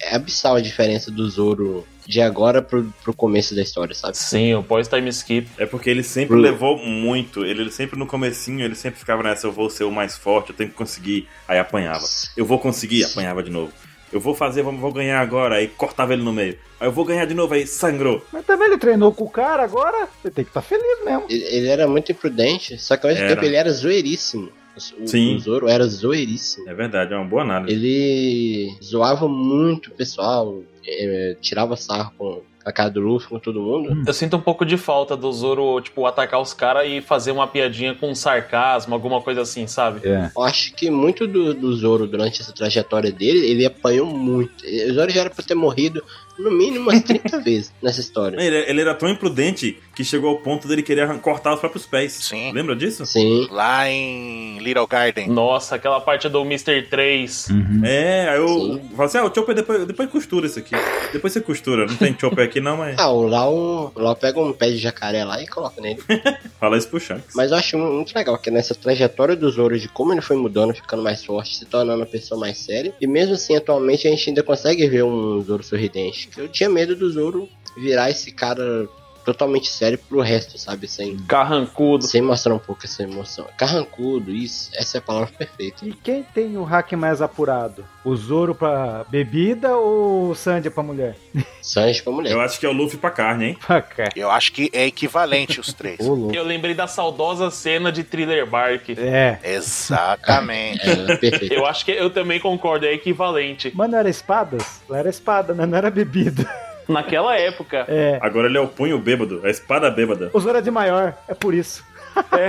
é abissal a diferença do Zoro de agora pro, pro começo da história, sabe? Sim, o pós-time skip. É porque ele sempre Hum. levou muito. Ele, ele sempre no comecinho, ele sempre ficava nessa, eu vou ser o mais forte, eu tenho que conseguir. Aí apanhava. Eu vou conseguir, apanhava de novo. Eu vou fazer, vamos, vou ganhar agora, aí cortava ele no meio. Aí eu vou ganhar de novo, aí sangrou. Mas também ele treinou com o cara agora, ele tem que estar feliz mesmo. Ele, ele era muito imprudente, só que ao mesmo Era. tempo ele era zoeiríssimo. O, o- Sim. o Zoro era zoeiríssimo. É verdade, é uma boa análise. Ele zoava muito o pessoal, eh, tirava sarro com a cara do Luffy, com todo mundo. Eu sinto um pouco de falta do Zoro, tipo, atacar os caras e fazer uma piadinha com sarcasmo, alguma coisa assim, sabe? É. Eu acho que muito do, do Zoro durante essa trajetória dele, ele apanhou muito. O Zoro já era pra ter morrido no mínimo umas 30 vezes nessa história. Ele, ele era tão imprudente que chegou ao ponto dele querer arran- cortar os próprios pés. Sim. Lembra disso? Sim. Lá em Little Garden. Nossa, aquela parte do Mr. 3. É, aí eu Sim. falei assim: ah, o Chopper depois, depois costura isso aqui. Depois você costura. Não tem Chopper aqui não, mas Ah, o Lau, o Lau pega um pé de jacaré lá e coloca nele. fala isso pro Shanks. Mas eu acho mu- muito legal que nessa trajetória do Zoro, de como ele foi mudando, ficando mais forte, se tornando uma pessoa mais séria. E mesmo assim, atualmente a gente ainda consegue ver um Zoro sorridente. Eu tinha medo do Zoro virar esse cara totalmente sério pro resto, sabe? Sem, Carrancudo. sem mostrar um pouco essa emoção. Carrancudo, isso. Essa é a palavra perfeita. E quem tem o hack mais apurado? O Zoro pra bebida ou o Sandy pra mulher? Sanji pra mulher. Eu acho que é o Luffy pra carne, hein? Pra cá. Eu acho que é equivalente os três. Ô, louco. Eu lembrei da saudosa cena de Thriller Bark. É. Exatamente. É, perfeito. Eu acho que eu também concordo, é equivalente. Mas não era espadas? Lá era espada, né? Não era bebida. Naquela época, É. Agora ele é o punho bêbado, a espada bêbada. O Zoro é de maior, é por isso.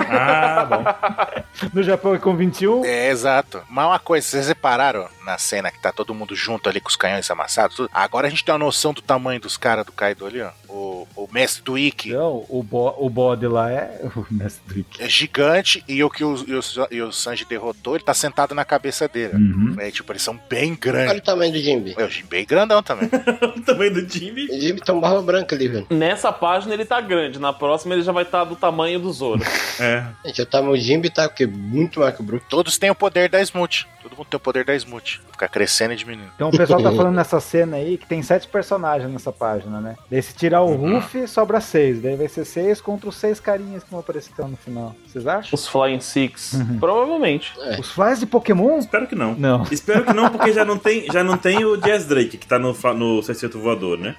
Ah, bom. No Japão é com 21. É, exato. Mas uma coisa, vocês repararam na cena que tá todo mundo junto ali com os canhões amassados? tudo? Agora a gente tem uma noção do tamanho dos caras do Kaido ali, ó. O, o mestre do Ikki. Então, o, bo o bode lá é o mestre do Ikki. É gigante e o que o, e o, e o Sanji derrotou, ele tá sentado na cabeça dele. Uhum. É, tipo, eles são bem Olha o grandes. tamanho do Jimby. É, o Jinbei grandão também. o tamanho do time. O Jimby tem uma barba branca ali, velho. Nessa página ele tá grande, na próxima ele já vai estar do tamanho do Zoro. É. Gente, o tamanho do Jimby tá o quê? Muito maior que o Brook. Todos têm o poder da Smooth. Todo mundo tem o poder da Smooth. Ficar crescendo e diminuindo. Então o pessoal tá falando nessa cena aí que tem sete personagens nessa página, né? Daí se tirar o Ruff, sobra seis. Daí vai ser seis contra os seis carinhas que vão aparecer então no final. Vocês acham? Os Flying Six. Uhum. Provavelmente. É. Os flies de Pokémon? Espero que não. Não. Espero que não, porque já não tem, já não tem o Jazz Drake que tá no, fa- no sexteto voador, né?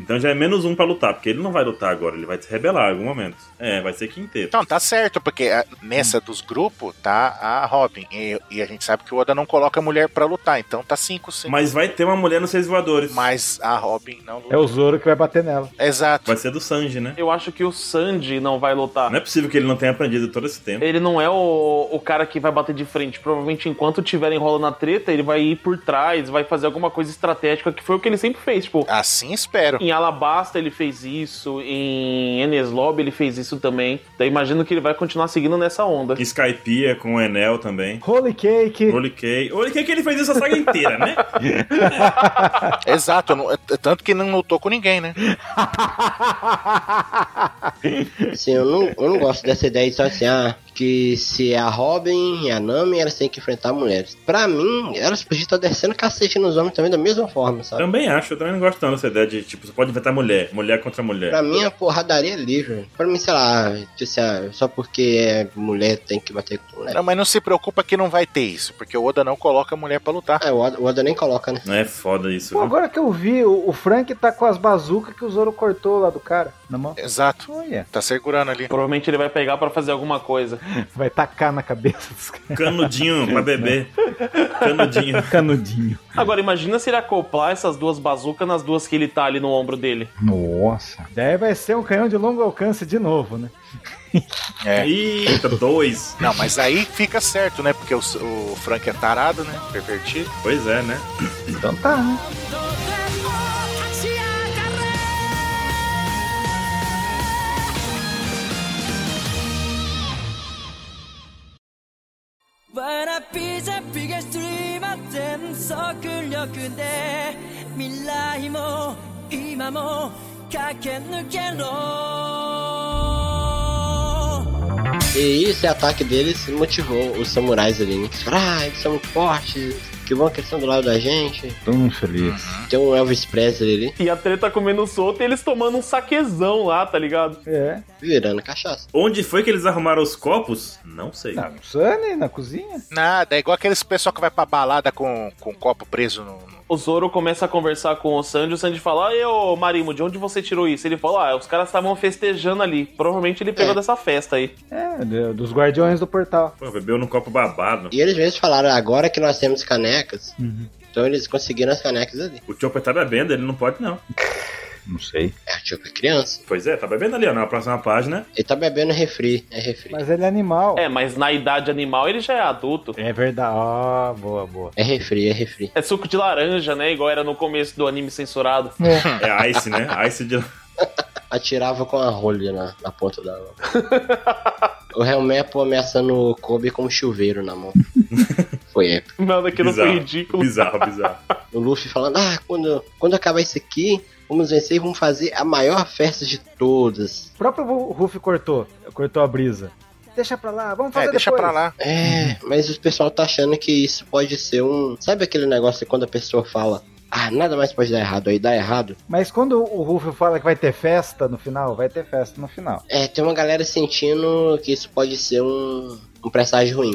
Então já é menos um pra lutar, porque ele não vai lutar agora, ele vai se rebelar em algum momento. É, vai ser quinteto. Então, tá certo, porque ah, Hum. nessa dos grupos tá a Robin. E, e a gente sabe que o Oda não coloca mulher pra lutar, então tá 5, sim. Mas vai ter uma mulher nos seis voadores. Mas a Robin não luta. É o Zoro que vai bater nela. Exato. Vai ser do Sanji, né? Eu acho que o Sanji não vai lutar. Não é possível que ele não tenha aprendido todo esse tempo. Ele não é o, o cara que vai bater de frente. Provavelmente, enquanto tiverem rolando a treta, ele vai ir por trás, vai fazer alguma coisa estratégica, que foi o que ele sempre fez. Tipo, Assim espero. em Alabasta ele fez isso, em Eneslob ele fez isso também. Daí imagino que ele vai continuar seguindo nessa onda. Skypiea é com o Enel também. Holy Cake! Holy Cake. Holy Cake é ele fez essa saga inteira, né? Exato. não- é- é tanto que não lutou com ninguém, né? Assim, eu não, eu não gosto dessa ideia de só assim, ah, que se a Robin e a Nami, elas têm que enfrentar mulheres. Pra mim, elas podiam estar descendo cacete nos homens também da mesma forma, sabe? também acho, eu também não gosto tanto dessa ideia de, tipo, você pode inventar mulher, mulher contra mulher. Pra mim, a porradaria é livre. Pra mim, sei lá, tipo assim, ah, só porque é mulher tem que bater com É. mulher. Não, mas não se preocupa que não vai ter isso, porque o Oda não coloca mulher pra lutar. Ah, o Oda, o Oda nem coloca, né? Não é foda isso, Pô, viu? agora que eu vi, o, o Frank tá com as bazucas que o Zoro cortou lá do cara na mão. Exato. Olha, Tá segurando ali. Provavelmente ele vai pegar pra fazer alguma coisa. vai tacar na cabeça dos caras. Canudinho pra beber. Canudinho. Um Canudinho. Agora, imagina se ele acoplar essas duas bazucas nas duas que ele tá ali no ombro dele. Nossa. Daí vai ser um canhão de longo alcance de novo, né? É. Eita, dois. Não, mas aí fica certo, né? Porque o, o Frank é tarado, né? Pervertido. Pois é, né? Então tá, né? どうでも立ち上がれ Wanna be the biggest dreamer 全速力で未来も今も駆け抜けろ E esse ataque deles motivou os samurais ali, né? Que falaram, ah, eles são muito fortes, que bom que eles estão do lado da gente. Todo mundo feliz. Tem um Elvis Presley ali, E a treta comendo solta e eles tomando um saquezão lá, tá ligado? É. virando cachaça. Onde foi que eles arrumaram os copos? Não sei. Não, Sunny na cozinha. Nada, é igual aqueles pessoal que vai pra balada com, com um copo preso no. no- O Zoro começa a conversar com o Sanji, o Sanji fala, "Ah, ô Marimo, de onde você tirou isso? Ele fala, ah, os caras estavam festejando ali. Provavelmente ele pegou É. dessa festa aí. É, do- dos guardiões do portal. Pô, bebeu num copo babado. E eles mesmos falaram, agora que nós temos canecas, então eles conseguiram as canecas ali. O Chopper tá bebendo, ele não pode não. Não sei. É, a Chupa é criança. Pois é, tá bebendo ali, ó, na próxima página. Ele tá bebendo refri, é refri. Mas ele é animal. É, mas na idade animal ele já é adulto. É verdade. Ah, boa, boa. É refri, é refri. É suco de laranja, né? Igual era no começo do anime censurado. É Ice, né? Ice de... Atirava com a rolha na, na ponta da mão. o é Helmepo ameaçando o Kobe com um chuveiro na mão. Foi épico. Mano, aquilo bizarro. foi ridículo. Bizarro, bizarro. O Luffy falando, ah, quando, quando acabar isso aqui, vamos vencer e vamos fazer a maior festa de todas. O próprio Ru- Ruff cortou. Cortou a brisa. Deixa pra lá, vamos fazer É, deixa depois. pra lá. É, mas o pessoal tá achando que isso pode ser um... Sabe aquele negócio que quando a pessoa fala, ah, nada mais pode dar errado, aí dá errado? Mas quando o Ruff fala que vai ter festa no final, vai ter festa no final. É, tem uma galera sentindo que isso pode ser um, um presságio ruim.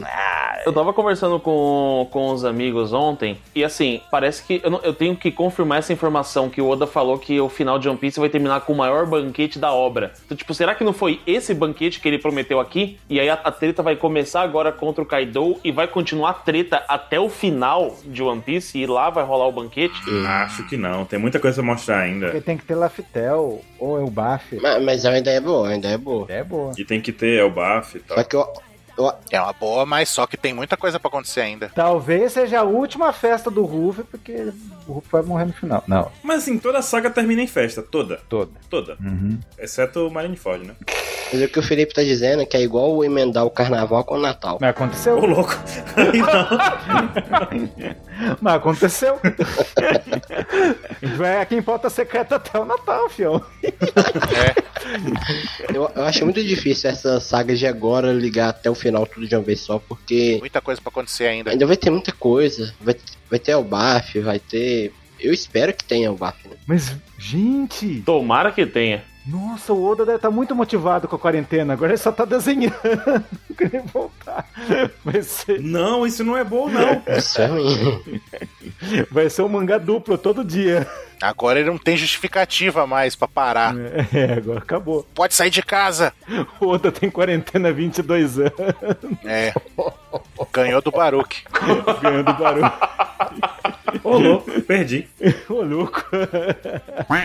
Eu tava conversando com, com os amigos ontem, e assim, parece que eu, não- eu tenho que confirmar essa informação que o Oda falou que o final de One Piece vai terminar com o maior banquete da obra. Então, tipo, será que não foi esse banquete que ele prometeu aqui? E aí a, a treta vai começar agora contra o Kaido e vai continuar a treta até o final de One Piece e lá vai rolar o banquete? Acho que não, tem muita coisa pra mostrar ainda. Porque tem que ter Laftel ou Elbaf. Ma- Mas, a ideia é boa, a ideia é boa. É boa. E tem que ter Elbaf e tal. Só que eu, Ó, É uma boa, mas só que tem muita coisa pra acontecer ainda. Talvez seja a última festa do Ruff, porque o Ruff vai morrer no final. Não, Mas assim, toda a saga termina em festa, toda, toda. toda. Uhum. Exceto o Marineford, né? Mas o que o Felipe tá dizendo é que é igual o emendar o carnaval com o Natal. Mas Ô, aconteceu. louco. Aí não. Mas aconteceu. A gente vai aqui em pauta secreta até o Natal, fião. Eu, eu acho muito difícil essa saga de agora ligar até o final tudo de uma vez só, porque Muita coisa pra acontecer ainda. ainda vai ter muita coisa. Vai, vai ter o BAF, vai ter. Eu espero que tenha o BAF, né? Mas, gente, Tomara que tenha. nossa, o Oda deve estar muito motivado com a quarentena. Agora ele só tá desenhando. Não queria voltar. Vai ser, não, isso não é bom, não. Isso é ruim. vai ser um mangá duplo todo dia. Agora ele não tem justificativa mais pra parar. É, agora acabou. Pode sair de casa! O Oda tem quarentena há 22 anos. É. Ganhou do Baruque. Ganhando barulho. Ô, louco, perdi. Ô, louco.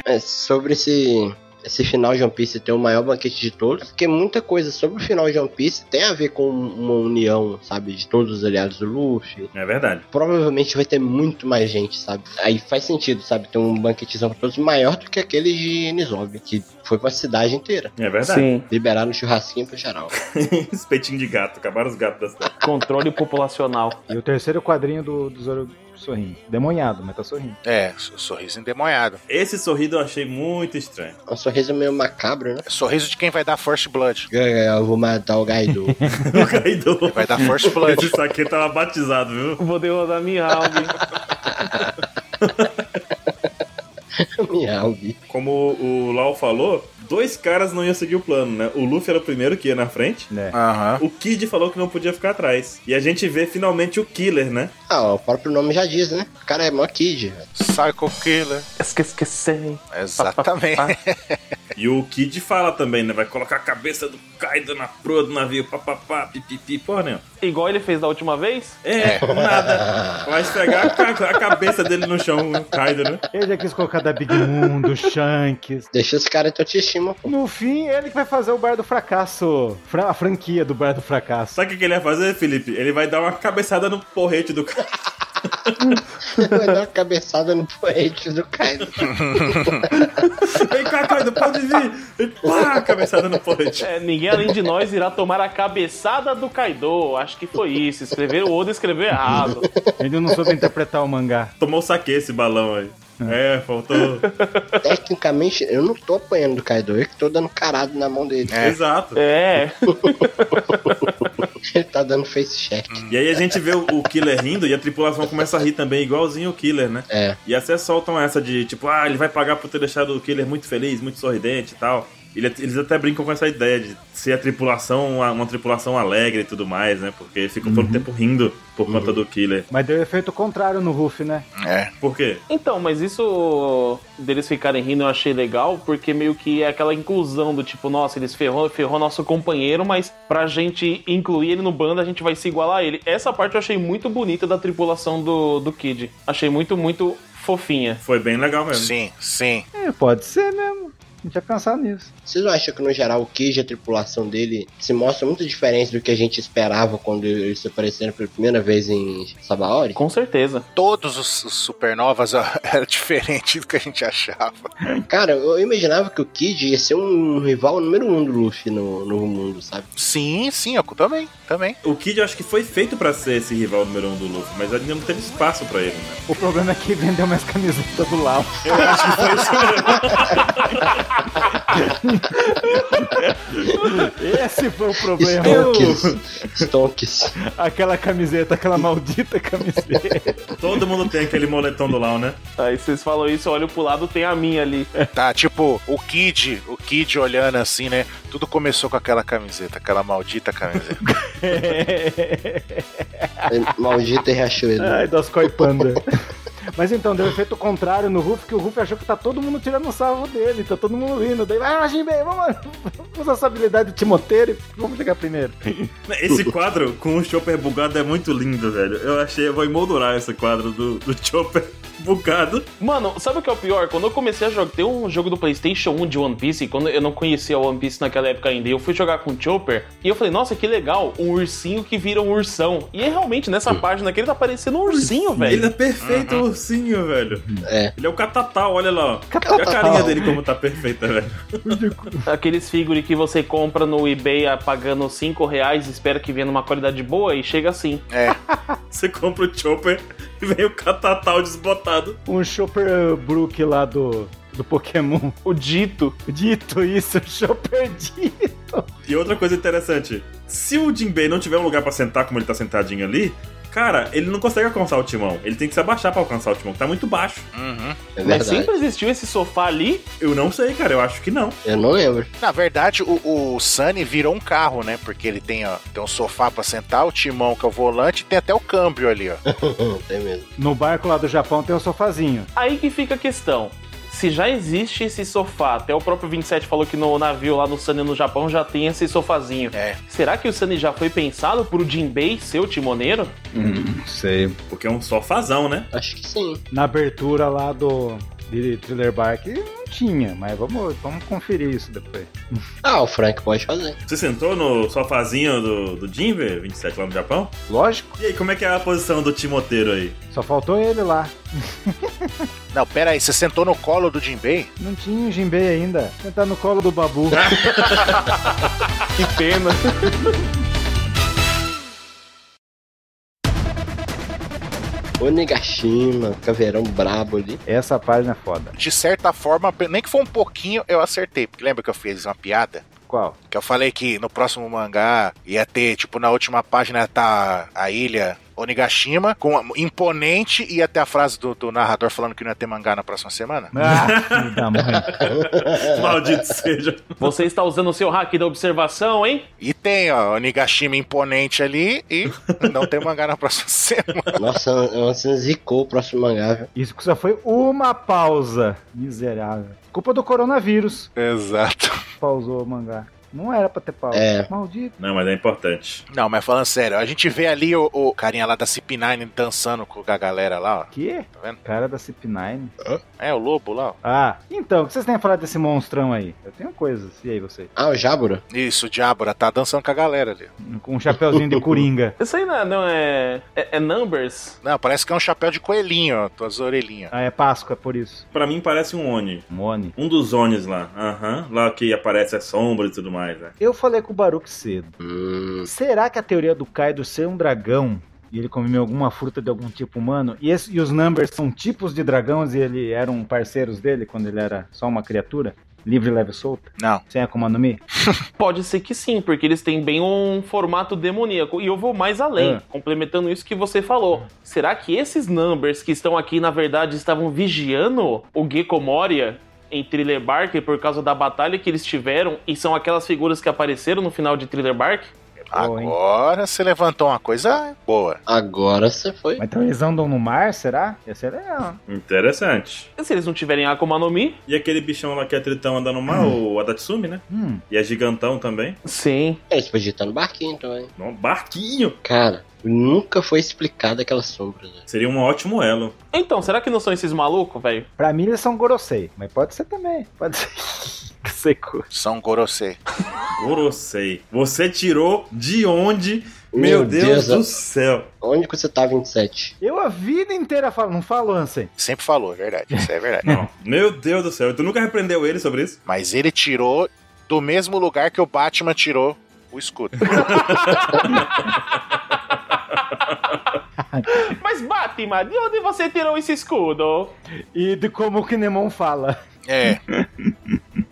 É, sobre esse. Esse final de One Piece ter o maior banquete de todos, porque muita coisa sobre o final de One Piece tem a ver com uma união, sabe, de todos os aliados do Luffy, É verdade. provavelmente vai ter muito mais gente, sabe? Aí faz sentido, sabe? Ter um banquetezão pra todos maior do que aquele de Nizob, que foi pra cidade inteira. É verdade. Liberaram o churrasquinho pro geral. Esse peitinho de gato, acabaram os gatos da cidade. Controle populacional. E o terceiro quadrinho do, do Zoro sorrindo. Demonhado, mas tá sorrindo. É, so- sorriso endemonhado. Esse sorrido eu achei muito estranho. Um sorriso meio macabro, né? É Sorriso de quem vai dar First Blood. É, Eu vou matar o Gaido. O Kaido. Vai dar First Esse Blood. saque tava batizado, viu? Vou derrotar minha alma. hein? Miau, Gui. Como o Lau falou, dois caras não iam seguir o plano, né? O Luffy era o primeiro que ia na frente. Aham. O Kid falou que não podia ficar atrás. E a gente vê finalmente o Killer, né? Ah, o próprio nome já diz, né? O cara é mó kid. velho. Psycho Killer. Esque- Esqueci. Exatamente. E o Kid fala também, né? Vai colocar a cabeça do Kaido na proa do navio, papapá, pipipi, porra, né? Igual ele fez da última vez? É, nada. Vai esfregar a, ca- a cabeça dele no chão, o Kaido, né? Ele já quis colocar da Big Moon, do Shanks. Deixa os caras ter autoestima, pô. No fim, ele que vai fazer o Bar do Fracasso. Fra- a franquia do Bar do Fracasso. Sabe o que que ele ia fazer, Felipe? Ele vai dar uma cabeçada no porrete do cara. Vai dar uma cabeçada no poente do Kaido. Vem cá, Kaido, pode vir! E pá, cabeçada no porrete. É, ninguém além de nós irá tomar a cabeçada do Kaido. Acho que foi isso. Escreveram o Oda escreveu errado. Ele não soube interpretar o mangá. Tomou saque esse balão aí. É, faltou. Tecnicamente, eu não tô apanhando do Kaido. Eu que tô dando carado na mão dele. Exato. É. Ele tá dando face check. E aí a gente vê o, o Killer rindo e a tripulação começa a rir também, igualzinho o Killer, né? É. E até soltam essa de tipo, ah, ele vai pagar por ter deixado o Killer muito feliz, muito sorridente e tal. Ele- Eles até brincam com essa ideia de ser a tripulação, uma, uma tripulação alegre e tudo mais, né? Porque ficam todo tempo rindo por conta do Killer. Mas deu efeito contrário no Ruff, né? É. Por quê? Então, mas isso deles ficarem rindo eu achei legal, porque meio que é aquela inclusão do tipo, nossa, eles ferrou, ferrou nosso companheiro, mas pra gente incluir ele no bando, a gente vai se igualar a ele. Essa parte eu achei muito bonita da tripulação do, do Kid. Achei muito, muito fofinha. Foi bem legal mesmo. Sim, sim. É, pode ser mesmo. Não tinha pensado nisso. Vocês não acham que no geral o Kid e a tripulação dele se mostra muito diferente do que a gente esperava quando eles apareceram pela primeira vez em Sabaori? Com certeza. Todos os, os supernovas ó, era diferente do que a gente achava. Cara, eu imaginava que o Kid ia ser um rival número um do Luffy no novo mundo, sabe? Sim, sim, eu também, também. O Kid eu acho que foi feito pra ser esse rival número um do Luffy, mas ainda não teve espaço pra ele, né? O problema é que vendeu mais camiseta do Lau. Esse foi o problema. Stonks. Stonks. Aquela camiseta, aquela maldita camiseta. Todo mundo tem aquele moletom do Lau, né? Aí vocês falam isso, eu olho pro lado, tem a minha ali. Tá, tipo, o Kid, o Kid olhando assim, né? Tudo começou com aquela camiseta, aquela maldita camiseta. Maldita e Riachuelo. Ah, Ai, das Koi Panda. Mas então, deu efeito contrário no Ruff, que o Ruff achou que tá todo mundo tirando sarro dele, tá todo mundo rindo. Daí, ah, Jinbei, vamos, vamos usar essa habilidade do Timoteiro e vamos chegar primeiro. Esse quadro com o Chopper bugado é muito lindo, velho. Eu achei, eu vou emoldurar esse quadro do, do Chopper bugado. Mano, sabe o que é o pior? Quando eu comecei a jogar, tem um jogo do PlayStation 1 de One Piece, quando eu não conhecia One Piece naquela época ainda, e eu fui jogar com o Chopper, e eu falei, nossa, que legal, um ursinho que vira um ursão. E é realmente nessa página aqui ele tá parecendo um ursinho, velho. Ele é perfeito, o ursinho, velho. É. Ele é o catatal, olha lá, ó. Olha a carinha dele como tá perfeita, velho. Aqueles figure que você compra no eBay ah, pagando 5 reais, espera que venha numa qualidade boa e chega assim. É. Você compra o Chopper e vem o catatal desbotado. Um Chopper Brook lá do, do Pokémon. O Dito. Dito isso, Chopper Dito. E outra coisa interessante: se o Jinbei não tiver um lugar pra sentar como ele tá sentadinho ali. Cara, ele não consegue alcançar o timão. Ele tem que se abaixar pra alcançar o timão, que tá muito baixo. Uhum. É Mas verdade. sempre existiu esse sofá ali? Eu não sei, cara. Eu acho que não. Eu não lembro. Na verdade, o, o Sunny virou um carro, né? Porque ele tem, ó, tem um sofá pra sentar, o timão que é o volante, e tem até o câmbio ali, ó. Tem mesmo. No barco lá do Japão tem um sofazinho. Aí que fica a questão. Se já existe esse sofá, até o próprio 27 falou que no navio lá no Sunny no Japão já tem esse sofazinho. É. Será que o Sunny já foi pensado pro Jinbei ser o timoneiro? Não sei. Porque é um sofazão, né? Acho que sim. Na abertura lá do de Thriller Bark não tinha, mas vamos, vamos conferir isso depois. Ah, o Frank pode fazer. Você sentou no sofazinho do, do Jinbe, 27 lá no Japão? Lógico, E aí, como é que é a posição do timoteiro aí? só faltou ele lá. Não, pera aí, você sentou no colo do Jinbei? Não tinha o Jinbei ainda. Ele tá no colo do Babu. Que pena. Onigashima, caveirão brabo ali. Essa página é foda. De certa forma, nem que for um pouquinho, eu acertei. Porque lembra que eu fiz uma piada? Qual? Que eu falei que no próximo mangá ia ter, tipo, na última página tá a ilha Onigashima, com a- imponente, e ia ter a frase do, do narrador falando que não ia ter mangá na próxima semana? Ah, filho da mãe. Maldito seja. Você está usando o seu hack da observação, hein? E tem, ó, Onigashima imponente ali e não tem mangá na próxima semana. Nossa, Anson zicou o próximo mangá, viu? Isso que só foi uma pausa. Miserável. Culpa do coronavírus. Exato. Pausou o mangá. Não era pra ter pausa. É. Maldito. Não, mas é importante. Não, mas falando sério, a gente vê ali o, o carinha lá da CP9 dançando com a galera lá, ó. Que? Tá vendo? Cara da CP9. É, o lobo lá, ó. Ah, então, o que vocês têm a falar desse monstrão aí? Eu tenho coisas. E aí, vocês? Ah, o Jabura? Isso, o Diabora tá dançando com a galera ali. Com um chapeuzinho de coringa. Isso aí não é. não é- é- é numbers? Não, parece que é um chapéu de coelhinho, ó, tuas orelhinhas. Ah, é Páscoa, por isso. Pra mim parece um Oni. Mone. Um dos Onis lá. Aham. Lá que aparece as sombras e tudo mais, né? Eu falei com o Baruch cedo. Hum. Será que a teoria do Kaido ser um dragão e ele comeu alguma fruta de algum tipo humano e, esse- e os Numbers são tipos de dragões e ele eram parceiros dele quando ele era só uma criatura? Livre, leve, solta? Não. Sem Akuma no Mi? Pode ser que sim, porque eles têm bem um formato demoníaco. E eu vou mais além, Ah. complementando isso que você falou. Será que esses numbers que estão aqui, na verdade, estavam vigiando o Gecko Moria em Thriller Bark por causa da batalha que eles tiveram e são aquelas figuras que apareceram no final de Thriller Bark? boa, hein? Agora você levantou uma coisa boa. Agora você foi. Mas então eles andam no mar, será? Ia ser legal. Interessante. E se eles não tiverem Akuma no Mi? E aquele bichão lá que é tritão andando mal, o Adatsumi, né? Hum, E é gigantão também. Sim. Eles podiam estar no barquinho também. Um barquinho. Cara, nunca foi explicada aquela sombra, né? Seria um ótimo elo. Então, será que não são esses malucos, velho? pra mim eles são Gorosei, mas pode ser também. Pode ser. que seco. São Gorosei. Gorosei. Você tirou de onde? Meu, Meu Deus, Deus, do ó. céu. Onde que você tá 27? Eu a vida inteira falo, não falo, Ansem. Sempre falou, é verdade. Isso é verdade. Não. Meu Deus do céu. Tu nunca repreendeu ele sobre isso? Mas ele tirou do mesmo lugar que o Batman tirou o escudo. Mas Batman, de onde você tirou esse escudo? E de como o Kinemon fala. É.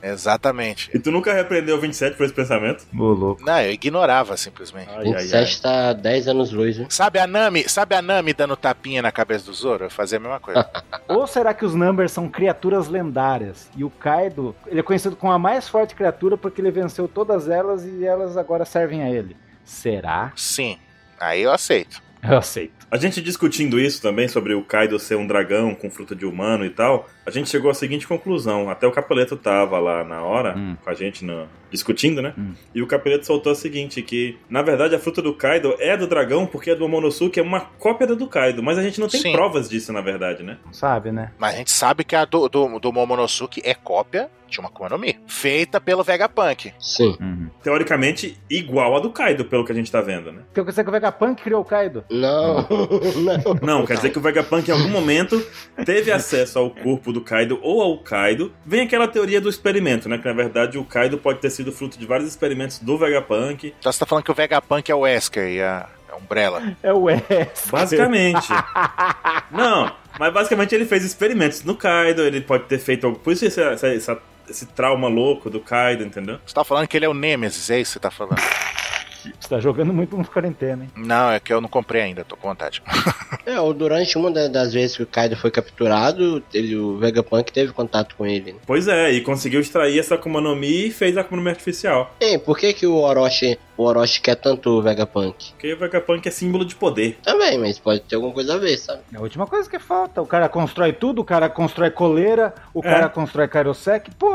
Exatamente. E tu nunca repreendeu o 27 por esse pensamento? Bolou. Não, eu ignorava simplesmente. Ai, ai, ai. 27 tá 10 anos luz, viu? Sabe a Nami, sabe a Nami dando tapinha na cabeça do Zoro? Eu fazia a mesma coisa. Ou será que os Numbers são criaturas lendárias? E o Kaido, ele é conhecido como a mais forte criatura porque ele venceu todas elas e elas agora servem a ele. Será? Sim. Aí eu aceito. Eu aceito. A gente discutindo isso também sobre o Kaido ser um dragão com fruta de humano e tal, a gente chegou à seguinte conclusão. Até o Capeleto tava lá na hora Hum. com a gente no- discutindo, né? Hum. E o Capeleto soltou a seguinte: que na verdade a fruta do Kaido é do dragão porque a do Momonosuke é uma cópia da do Kaido, mas a gente não tem Sim. provas disso na verdade, né? Não sabe, né? Mas a gente sabe que a do, do, do Momonosuke é cópia de uma Akuma no Mi, feita pelo Vegapunk. Sim. Uhum. Teoricamente igual a do Kaido, pelo que a gente tá vendo, né? Quer dizer que o Vegapunk criou o Kaido? Não. não. Não, quer dizer que o Vegapunk em algum momento teve acesso ao corpo do Kaido ou ao Kaido. Vem aquela teoria do experimento, né? Que na verdade o Kaido pode ter sido fruto de vários experimentos do Vegapunk. Então você tá falando que o Vegapunk é o Wesker e a, a Umbrella. É o S. Basicamente. Não, mas basicamente ele fez experimentos no Kaido, ele pode ter feito algo. Por isso esse, essa- essa- esse trauma louco do Kaido, entendeu? Você tá falando que ele é o Nemesis, é isso que você tá falando? Você tá jogando muito no quarentena, hein? Não, é que eu não comprei ainda, tô com vontade. É, o- durante uma da- das vezes que o Kaido foi capturado, ele, o Vegapunk teve contato com ele. né? Pois é, e conseguiu extrair essa Akuma no Mi e fez a Akuma no Mi artificial. Ei, por que, que o Orochi. O Orochi quer tanto o Vegapunk? Porque o Vegapunk é símbolo de poder. Também, mas pode ter alguma coisa a ver, sabe? É a última coisa que falta. O cara constrói tudo, o cara constrói coleira, o É. cara constrói Kairosek. Pô,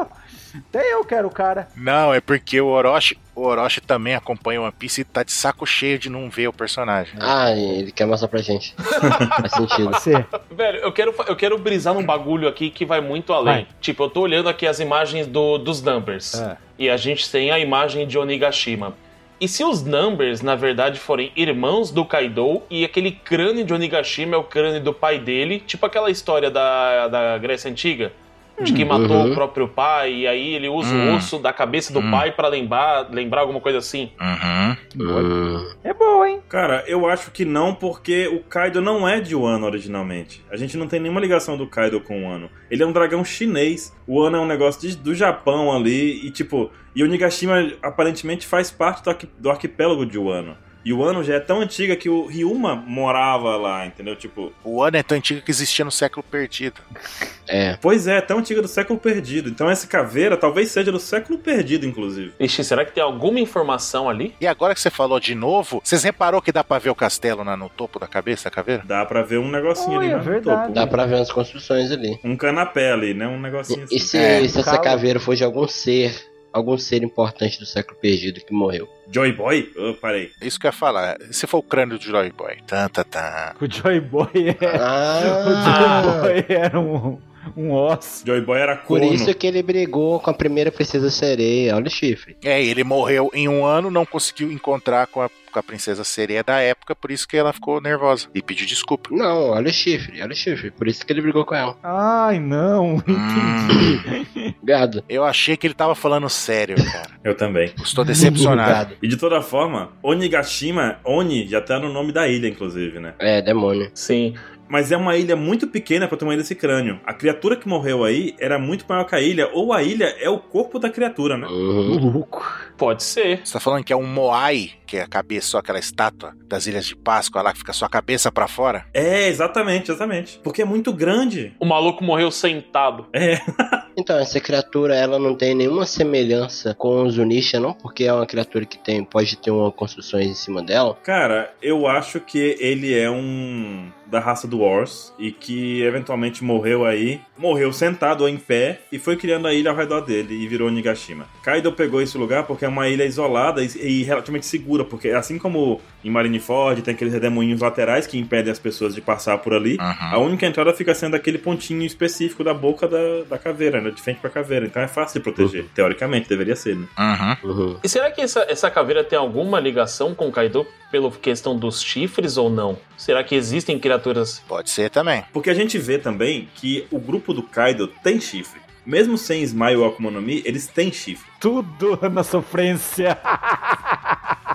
até eu quero o cara. Não, é porque o Orochi, o Orochi também acompanha One Piece e tá de saco cheio de não ver o personagem. Ah, ele quer mostrar pra gente. Faz sentido. Pode ser. Velho, eu quero, fa- eu quero brisar num bagulho aqui que vai muito além. Vai. Tipo, eu tô olhando aqui as imagens do, dos numbers. É. E a gente tem a imagem de Onigashima. E se os numbers, na verdade, forem irmãos do Kaido e aquele crânio de Onigashima é o crânio do pai dele, tipo aquela história da, da Grécia Antiga, de que matou Uhum. o próprio pai e aí ele usa Hum. o osso da cabeça do Hum. pai pra lembrar, lembrar alguma coisa assim. Uhum. Hum, É boa, hein? Cara, eu acho que não, porque o Kaido não é de Wano originalmente. A gente não tem nenhuma ligação do Kaido com o Wano. Ele é um dragão chinês. O Wano é um negócio de- do Japão ali. E tipo, e o Nigashima aparentemente faz parte do, arqui- do arquipélago de Wano. E o Wano já é tão antiga que o Ryuma morava lá, entendeu? Tipo, O ano é tão antigo que existia no século perdido. é. pois é, é tão antiga do século perdido. Então essa caveira talvez seja do século perdido, inclusive. Ixi, será que tem alguma informação ali? E agora que você falou de novo, vocês reparou que dá pra ver o castelo na- no topo da cabeça da caveira? Dá pra ver um negocinho Oi, ali é né, no verdade. topo. Dá pra ver as construções ali. Um canapé ali, né? Um negocinho E, assim. e se, É. e se essa Cala. caveira for de algum ser. Algum ser importante do século perdido que morreu. Joy Boy? Oh, parei. É Isso que eu ia falar. Se for o crânio do Joy Boy. Tan, tan, tan. O Joy Boy é. O Joy Ah! Boy era um, um osso. Joy Boy era Por corno. isso que ele brigou com a primeira princesa sereia. Olha o chifre. É, ele morreu em um ano, não conseguiu encontrar com a, com a princesa sereia da época, por isso que ela ficou nervosa e pediu desculpa. Não, olha o chifre, olha o chifre. Por isso que ele brigou com ela. Ai, não. Hum, Gado. eu achei que ele tava falando sério, cara. Eu também. Eu Estou decepcionado. Gado. E de toda forma, Onigashima, Oni já tá no nome da ilha, inclusive, né? É, demônio. Sim. Mas é uma ilha muito pequena pra tamanho desse crânio. A criatura que morreu aí era muito maior que a ilha, ou a ilha é o corpo da criatura, né? Uhum. Maluco. Pode ser. Você tá falando que é um Moai, que é a cabeça, só aquela estátua das Ilhas de Páscoa lá que fica só a cabeça pra fora? É, exatamente, exatamente. Porque é muito grande. O maluco morreu sentado. É. Então, essa criatura, ela não tem nenhuma semelhança com o Zunisha, não? Porque é uma criatura que tem, pode ter uma construção em cima dela. Cara, eu acho que ele é um da raça do Wars e que eventualmente morreu aí, morreu sentado ou em pé e foi criando a ilha ao redor dele e virou Onigashima. Kaido pegou esse lugar porque é uma ilha isolada e, e relativamente segura, porque assim como em Marineford tem aqueles redemoinhos laterais que impedem as pessoas de passar por ali, a Uhum. única entrada fica sendo aquele pontinho específico da boca da, da caveira, né? De frente pra caveira. Então é fácil de proteger. Teoricamente, deveria ser, né? Uhum. Uhum. E será que essa, essa caveira tem alguma ligação com o Kaido pela questão dos chifres ou não? Será que existem criaturas. Pode ser também. Porque a gente vê também que o grupo do Kaido tem chifre. Mesmo sem Smile ou Akuma no Mi, eles têm chifre. Tudo na sofrência.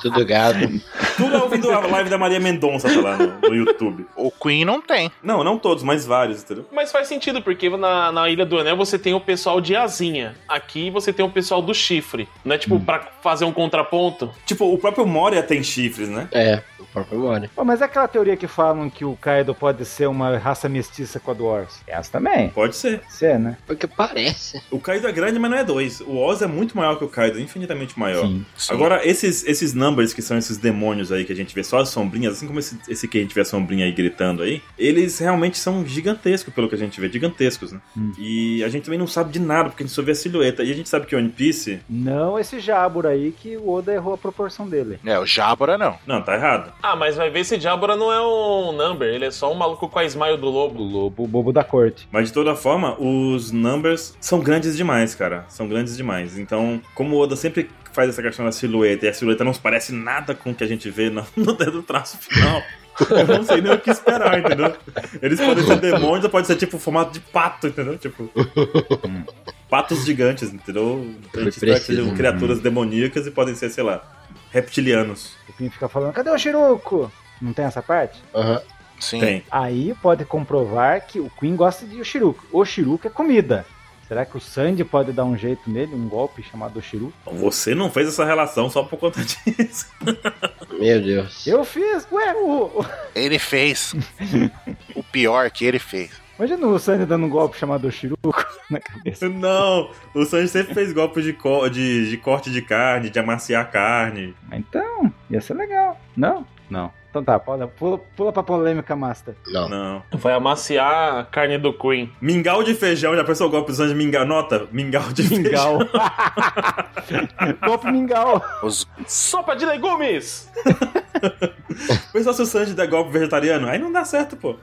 Tudo gado. Tudo é ouvindo a live da Maria Mendonça tá lá no, no YouTube. O Queen não tem. Não, não todos, mas vários, entendeu? Mas faz sentido, porque na, na Ilha do Anel você tem o pessoal de asinha. Aqui você tem o pessoal do Hum. chifre. Não é tipo pra fazer um contraponto? Tipo, o próprio Moria tem chifres, né? É, própria memória. Pô, mas é aquela teoria que falam que o Kaido pode ser uma raça mestiça com a do Ors. Essa também. Pode ser. Você, é, né? Porque parece. O Kaido é grande, mas não é dois. O Oz é muito maior que o Kaido, infinitamente maior. Sim. Agora, esses, esses numbers, que são esses demônios aí que a gente vê, só as sombrinhas, assim como esse, esse que a gente vê a sombrinha aí gritando aí, eles realmente são gigantescos, pelo que a gente vê, gigantescos, né? Hum. E a gente também não sabe de nada, porque a gente só vê a silhueta. E a gente sabe que o One Piece. Não esse Jabura aí que o Oda errou a proporção dele. É, o Jabora não. Não, tá errado. Ah, mas vai ver se Diabora não é um number, ele é só um maluco com a smile do O lobo. lobo, o bobo da corte. Mas de toda forma, os numbers são grandes demais, cara. São grandes demais. Então, como o Oda sempre faz essa questão da silhueta, e a silhueta não se parece nada com o que a gente vê no, no do traço final. Eu não sei nem o que esperar, entendeu? Eles podem ser demônios, ou pode ser tipo formato de pato, entendeu? Tipo. Patos gigantes, entendeu? A gente espera que preciso. sejam criaturas demoníacas e podem ser, sei lá, reptilianos. O Pim fica falando, cadê o Shiruko? Não tem essa parte? Aham. Sim. Tem. Aí pode comprovar que o Queen gosta de Oshiruko. Oshiruko é comida. Será que o Sandy pode dar um jeito nele, um golpe chamado Oshiruko? Então, você não fez essa relação só por conta disso. Meu Deus. Eu fiz! Ué, o... o- Ele fez. o pior é que ele fez. imagina o Sandy dando um golpe chamado Oshiruko na cabeça. Não, o Sanji sempre fez golpes de, co- de- de corte de carne, de amaciar carne. Mas Então, ia ser legal. Não? Não. Então tá, pula, pula, pula pra polêmica, Master. Não. Não. Vai amaciar a carne do Queen. Mingau de feijão, já pensou o golpe do Sanji mingau? Nota, mingau de feijão. Mingau. golpe mingau. Os... Sopa de legumes! Pensou se o Sanji der golpe vegetariano? Aí não dá certo, pô.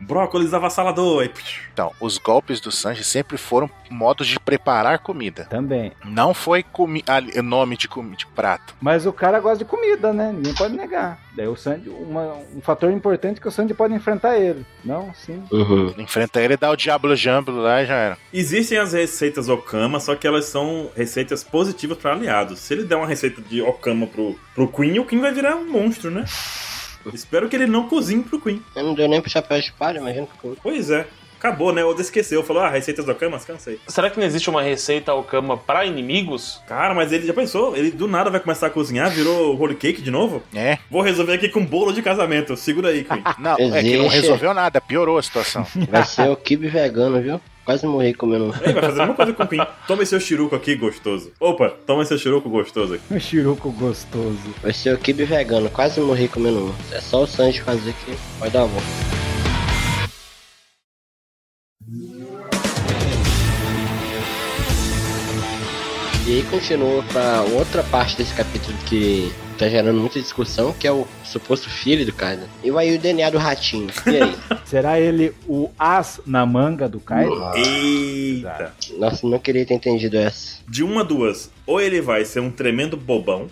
Brócolis avassalador. Aí, psh. Então, os golpes do Sanji sempre foram modos de preparar comida. Também. Não foi comi... ali- nome de, comi... de prato. Mas o cara gosta de comida, né? Ninguém pode negar. Daí o Sandy, uma- um fator importante é que o Sandy pode enfrentar ele. Não, sim. Uhum. Enfrenta ele, dá o Diablo Jambo lá e já era. Existem as receitas Okama, só que elas são receitas positivas pra aliados. Se ele der uma receita de Okama pro, pro Queen, o Queen vai virar um monstro, né? Espero que ele não cozinhe pro Queen. Eu não deu nem pro chapéu de palha, imagina pro Pois é. Acabou, né? Oda esqueceu. Falou, ah, receitas Okamas, cansei. Será que não existe uma receita ao cama pra inimigos? Cara, mas ele já pensou? Ele do nada vai começar a cozinhar, virou holy cake de novo? É. Vou resolver aqui com bolo de casamento. Segura aí, Queen. Não, é que não Existe. resolveu nada, piorou a situação. Vai ser o kibe vegano, viu? Quase morri comendo. Aí vai fazer a mesma coisa com o Queen. Toma esse seu chiruco aqui, gostoso. Opa, toma esse seu chiruco gostoso aqui. O Chiruco Um gostoso. Vai ser o kibe vegano, quase morri comendo. um. É só o Sanji fazer que vai dar bom. E aí continua pra outra parte desse capítulo que tá gerando muita discussão, que é o suposto filho do Kaido. E aí o DNA do ratinho. E aí? Será ele o as na manga do Kaido? Tá. Eita. Nossa, não queria ter entendido essa. De uma a duas, ou ele vai ser um tremendo bobão,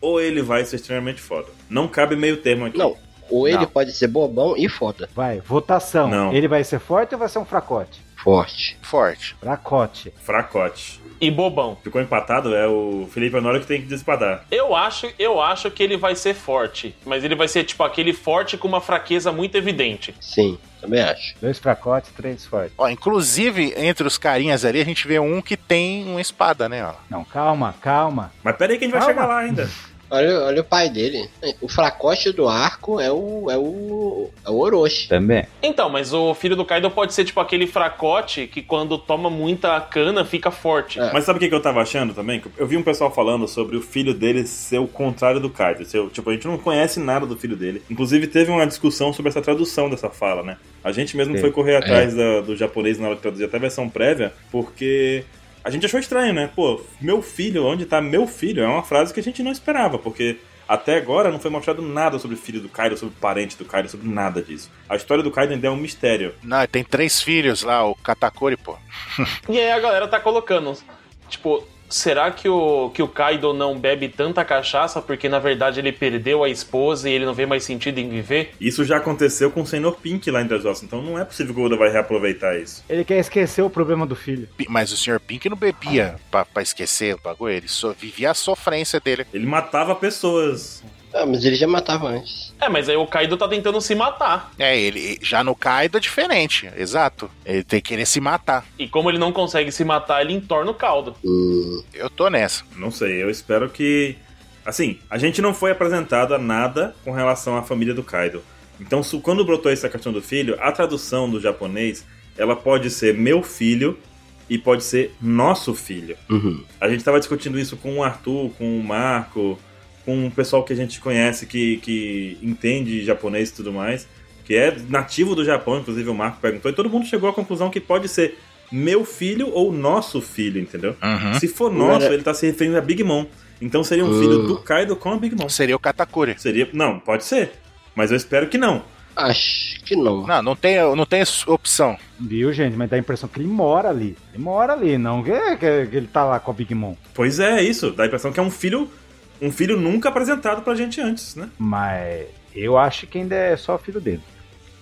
ou ele vai ser extremamente foda. Não cabe meio termo aqui. Não, ou ele Não. pode ser bobão e foda. Vai, votação. Não. Ele vai ser forte ou vai ser um fracote? Forte. Forte. Fracote. Fracote. E bobão. Ficou empatado, é o Felipe Honório que tem que desempatar. Eu acho, eu acho que ele vai ser forte, mas ele vai ser tipo aquele forte com uma fraqueza muito evidente. Sim, também acho. Dois fracotes, três fortes. Ó, inclusive, entre os carinhas ali, a gente vê um que tem uma espada, né? Ó. Não, calma, calma. Mas pera aí que a gente vai Calma. chegar lá ainda. Olha, olha o pai dele. O fracote do arco é o. é o. é o Orochi. Também. Então, mas o filho do Kaido pode ser tipo aquele fracote que quando toma muita cana fica forte. É. Mas sabe o que, que eu tava achando também? Que Eu vi um pessoal falando sobre o filho dele ser o contrário do Kaido. Ser o- tipo, a gente não conhece nada do filho dele. Inclusive, teve uma discussão sobre essa tradução dessa fala, né? A gente mesmo Sim. foi correr atrás da- do japonês na hora de traduzir até a versão prévia, porque a gente achou estranho, né? Pô, meu filho, onde tá meu filho? É uma frase que a gente não esperava, porque até agora não foi mostrado nada sobre o filho do Kaido, sobre o parente do Kaido, sobre nada disso. A história do Kaido ainda é um mistério. Não, tem três filhos lá, o Katakuri, pô. E aí a galera tá colocando, tipo, será que o, que o Kaido não bebe tanta cachaça porque na verdade ele perdeu a esposa e ele não vê mais sentido em viver? Isso já aconteceu com o Senhor Pink lá em Dressrosa, então não é possível que o Oda vai reaproveitar isso. Ele quer esquecer o problema do filho. Pi- Mas o Sr. Pink não bebia pra, pra esquecer o bagulho, ele só vivia a sofrência dele. Ele matava pessoas. Ah, mas ele já matava antes. É, mas aí o Kaido tá tentando se matar. É, ele já no Kaido é diferente, exato. Ele tem que querer se matar. E como ele não consegue se matar, ele entorna o caldo. Hum, Eu tô nessa. Não sei, eu espero que Assim, a gente não foi apresentado a nada com relação à família do Kaido. Então, su- quando brotou essa questão do filho, a tradução do japonês, ela pode ser meu filho e pode ser nosso filho. Uhum. A gente tava discutindo isso com o Arthur, com o Marco, com o pessoal que a gente conhece que, que entende japonês e tudo mais, que é nativo do Japão, inclusive o Marco perguntou, e todo mundo chegou à conclusão que pode ser meu filho ou nosso filho, entendeu? Uhum. Se for nosso, Era- ele tá se referindo a Big Mom. Então seria um Uh. filho do Kaido com a Big Mom. Então, Seria o Katakuri. Seria. Não, pode ser. Mas eu espero que não. Acho que não. Não, não tem, não tem opção. Viu, gente? Mas dá a impressão que ele mora ali. Ele mora ali, não que, que- que ele tá lá com a Big Mom. Pois é, é isso. Dá a impressão que é um filho. Um filho nunca apresentado pra gente antes, né? Mas eu acho que ainda é só filho dele.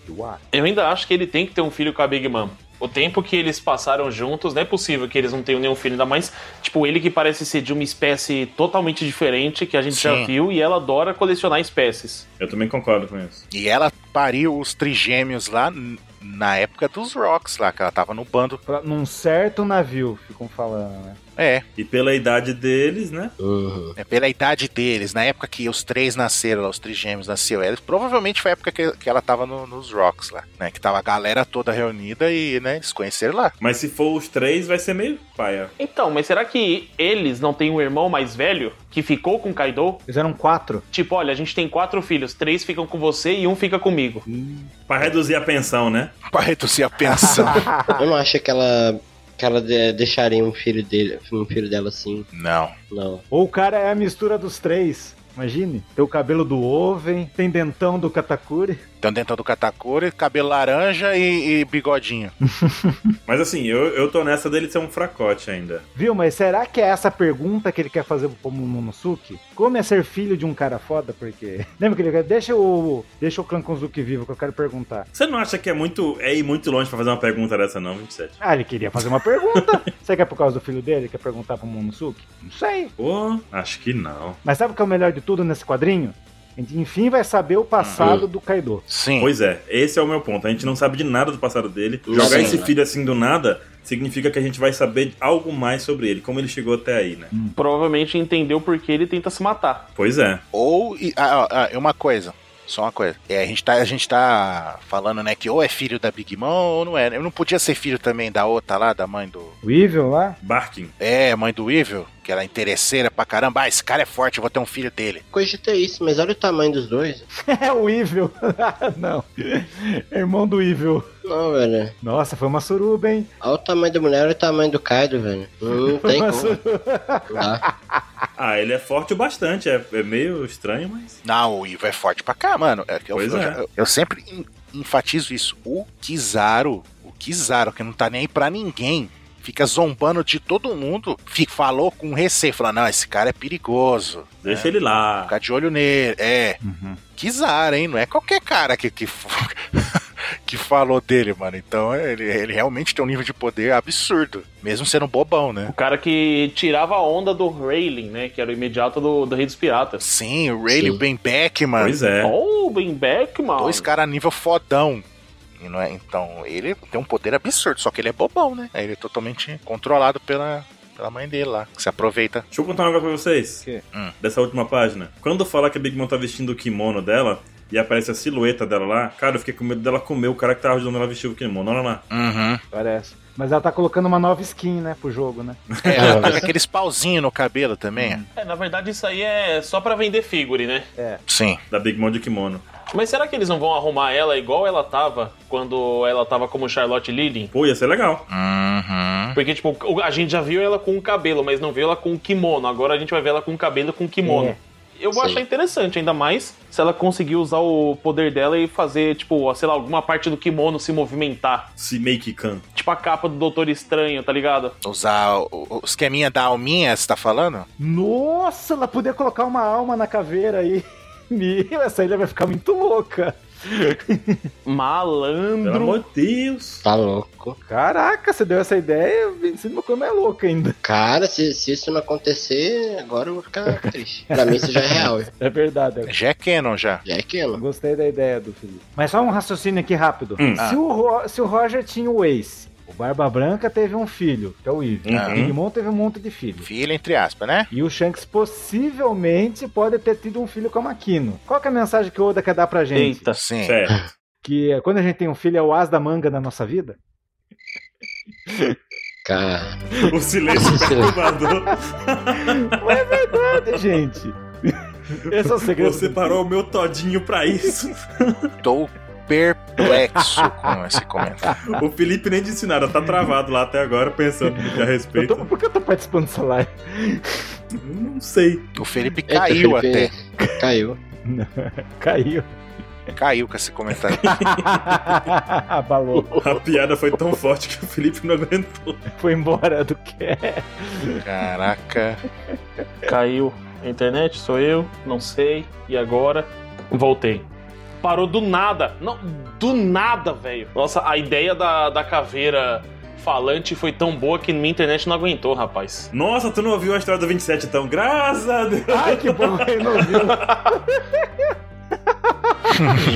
Eu acho. Eu ainda acho que ele tem que ter um filho com a Big Mom. O tempo que eles passaram juntos, não é possível que eles não tenham nenhum filho, ainda mais, tipo, ele que parece ser de uma espécie totalmente diferente que a gente já Sim. viu e ela adora colecionar espécies. Eu também concordo com isso. E ela pariu os trigêmeos lá n- na época dos Rocks lá, que ela tava no bando. Pra- Num certo navio, ficam falando, né? É, E pela idade deles, né? Uhum. é pela idade deles, na época que os três nasceram lá, os trigêmeos nasceram. Ela, provavelmente foi a época que, que ela tava no- nos Rocks lá, né? Que tava a galera toda reunida e, né, se conheceram lá. Mas se for os três, vai ser meio paia. Então, mas será que eles não têm um irmão mais velho que ficou com Kaido? Eles eram quatro. Tipo, olha, a gente tem quatro filhos, três ficam com você e um fica comigo. Pra reduzir a pensão, né? Pra reduzir a pensão. Eu não acho que ela. Que ela de- deixaria um filho dele. Um filho dela assim. não. Não. Ou o cara é a mistura dos três. Imagine. Tem o cabelo do Oven, tem dentão do Katakuri. Então dentro do Katakuri, cabelo laranja e, e bigodinho. Mas assim, eu, eu tô nessa dele ser um fracote ainda. Viu, mas será que é essa pergunta que ele quer fazer pro Momonosuke? Como é ser filho de um cara foda? Porque. Lembra que ele quer. Deixa o. Deixa o clã Konzuki vivo que eu quero perguntar. Você não acha que é muito. é ir muito longe pra fazer uma pergunta dessa, não, 27? Ah, ele queria fazer uma pergunta. Será que é por causa do filho dele? Quer perguntar pro Momonosuke? Não sei. Pô, acho que não. Mas sabe o que é o melhor de tudo nesse quadrinho? A gente enfim vai saber o passado do Kaido. Sim. Pois é, esse é o meu ponto. A gente não sabe de nada do passado dele. Jogar Sim. esse filho assim do nada significa que a gente vai saber algo mais sobre ele, como ele chegou até aí, né? Hum. Provavelmente entendeu porque ele tenta se matar. Pois é. Ou. e- ah, ah, ah, uma coisa. Só uma coisa. É, a, gente tá, a gente tá falando, né, que ou é filho da Big Mom ou não é. Eu não podia ser filho também da outra lá, da mãe do. O Evil lá? Barking. É, mãe do Evil, que ela é interesseira pra caramba. Ah, esse cara é forte, eu vou ter um filho dele. Cogitei isso, mas olha o tamanho dos dois. É o Evil. não. É irmão do Evil. Não, velho. Nossa, foi uma suruba, hein? Olha o tamanho da mulher, olha o tamanho do Kaido, velho. Não tem uma como. Não dá. Ah, ele é forte o bastante. É, é meio estranho, mas. Não, o Evil é forte pra cá, mano. É que eu, Pois eu, é. já- eu- eu sempre en- enfatizo isso. O Kizaru, o Kizaru, que não tá nem aí pra ninguém. Fica zombando de todo mundo. Fica- falou com receio. Falou, não, esse cara é perigoso. Deixa ele lá. Ficar de olho nele. É. Uhum. Kizaru, hein? Não é qualquer cara que, que, f- que falou dele, mano. Então ele, ele realmente tem um nível de poder absurdo. Mesmo sendo bobão, né? O cara que tirava a onda do Railing, né? Que era o imediato do, do Rei dos Piratas. Sim, o Rayleigh, Sim. o Ben Beck, mano. Pois é. Oh, bem back, mano. Dois caras nível fodão. E não é- Então, ele tem um poder absurdo, só que ele é bobão, né? Ele é totalmente controlado pela, pela mãe dele lá, que se aproveita. Deixa eu contar uma coisa pra vocês. quê? Hum. Dessa última página. Quando fala que a Big Mom tá vestindo o kimono dela e aparece a silhueta dela lá, cara, eu fiquei com medo dela comer o cara que tava ajudando ela a vestir o kimono. Olha lá. Uhum. Parece. Mas ela tá colocando uma nova skin, né, pro jogo, né? É, ela tá com aqueles pauzinhos no cabelo também. É, na verdade, isso aí é só pra vender figure, né? Sim. Da Big Mom de kimono. Mas será que eles não vão arrumar ela igual ela tava quando ela tava como Charlotte Lillian? Pô, ia ser legal. Uhum. Porque, tipo, o- a gente já viu ela com o cabelo, mas não viu ela com o kimono. Agora a gente vai ver ela com o cabelo e com o kimono. É. Eu vou Sim. achar interessante, ainda mais se ela conseguir usar o poder dela e fazer, tipo, sei lá, alguma parte do kimono se movimentar. Se meio que can. Tipo a capa do Doutor Estranho, tá ligado? Usar o, o esqueminha da alminha, você tá falando? Nossa, ela podia colocar uma alma na caveira aí. Meu, essa ilha vai ficar muito louca. Pelo Malandro. amor de Deus. Tá louco. Caraca, você deu essa ideia, Vincent, uma coisa mais louca ainda. Cara, se, se isso não acontecer, agora eu vou ficar triste. Pra mim isso já é real. velho. É verdade, Já é Canon, já. Já é aquilo. Gostei da ideia do Felipe. Mas só um raciocínio aqui rápido. Hum. Se, o Ro- se o Roger tinha o Ace, O Barba Branca teve um filho, que é o Hum. Eve. Uhum. O Big Mom teve um monte de filhos. Filho, entre aspas, né? E o Shanks possivelmente pode ter tido um filho com a Makino. Qual que é a mensagem que o Oda quer dar pra gente? Eita. Sim. Certo. Que eh, quando a gente tem um filho é o as da manga da nossa vida? Cara, O silêncio tá perturbador. Mas é verdade, gente. Esse é o segredo. Você do- tá parou o meu todinho pra isso. Tô perplexo com esse comentário. O Felipe nem disse nada, tá travado lá até agora pensando no que a Eu respeito. tô- por que eu tô participando dessa live? Não sei. O Felipe Eita, caiu Felipe. caiu. Caiu. até. Caiu com esse comentário. Abalou. A piada foi tão forte que o Felipe não aguentou. Foi embora do que? Caraca. Caiu a internet, sou eu, não sei. E agora? Voltei. Parou do nada. Não, do nada, velho. Nossa, a ideia da, da caveira falante foi tão boa que minha internet não aguentou, rapaz. Nossa, tu não ouviu a história do 27 então? Graças a Deus! Ai, que bom que ele não viu.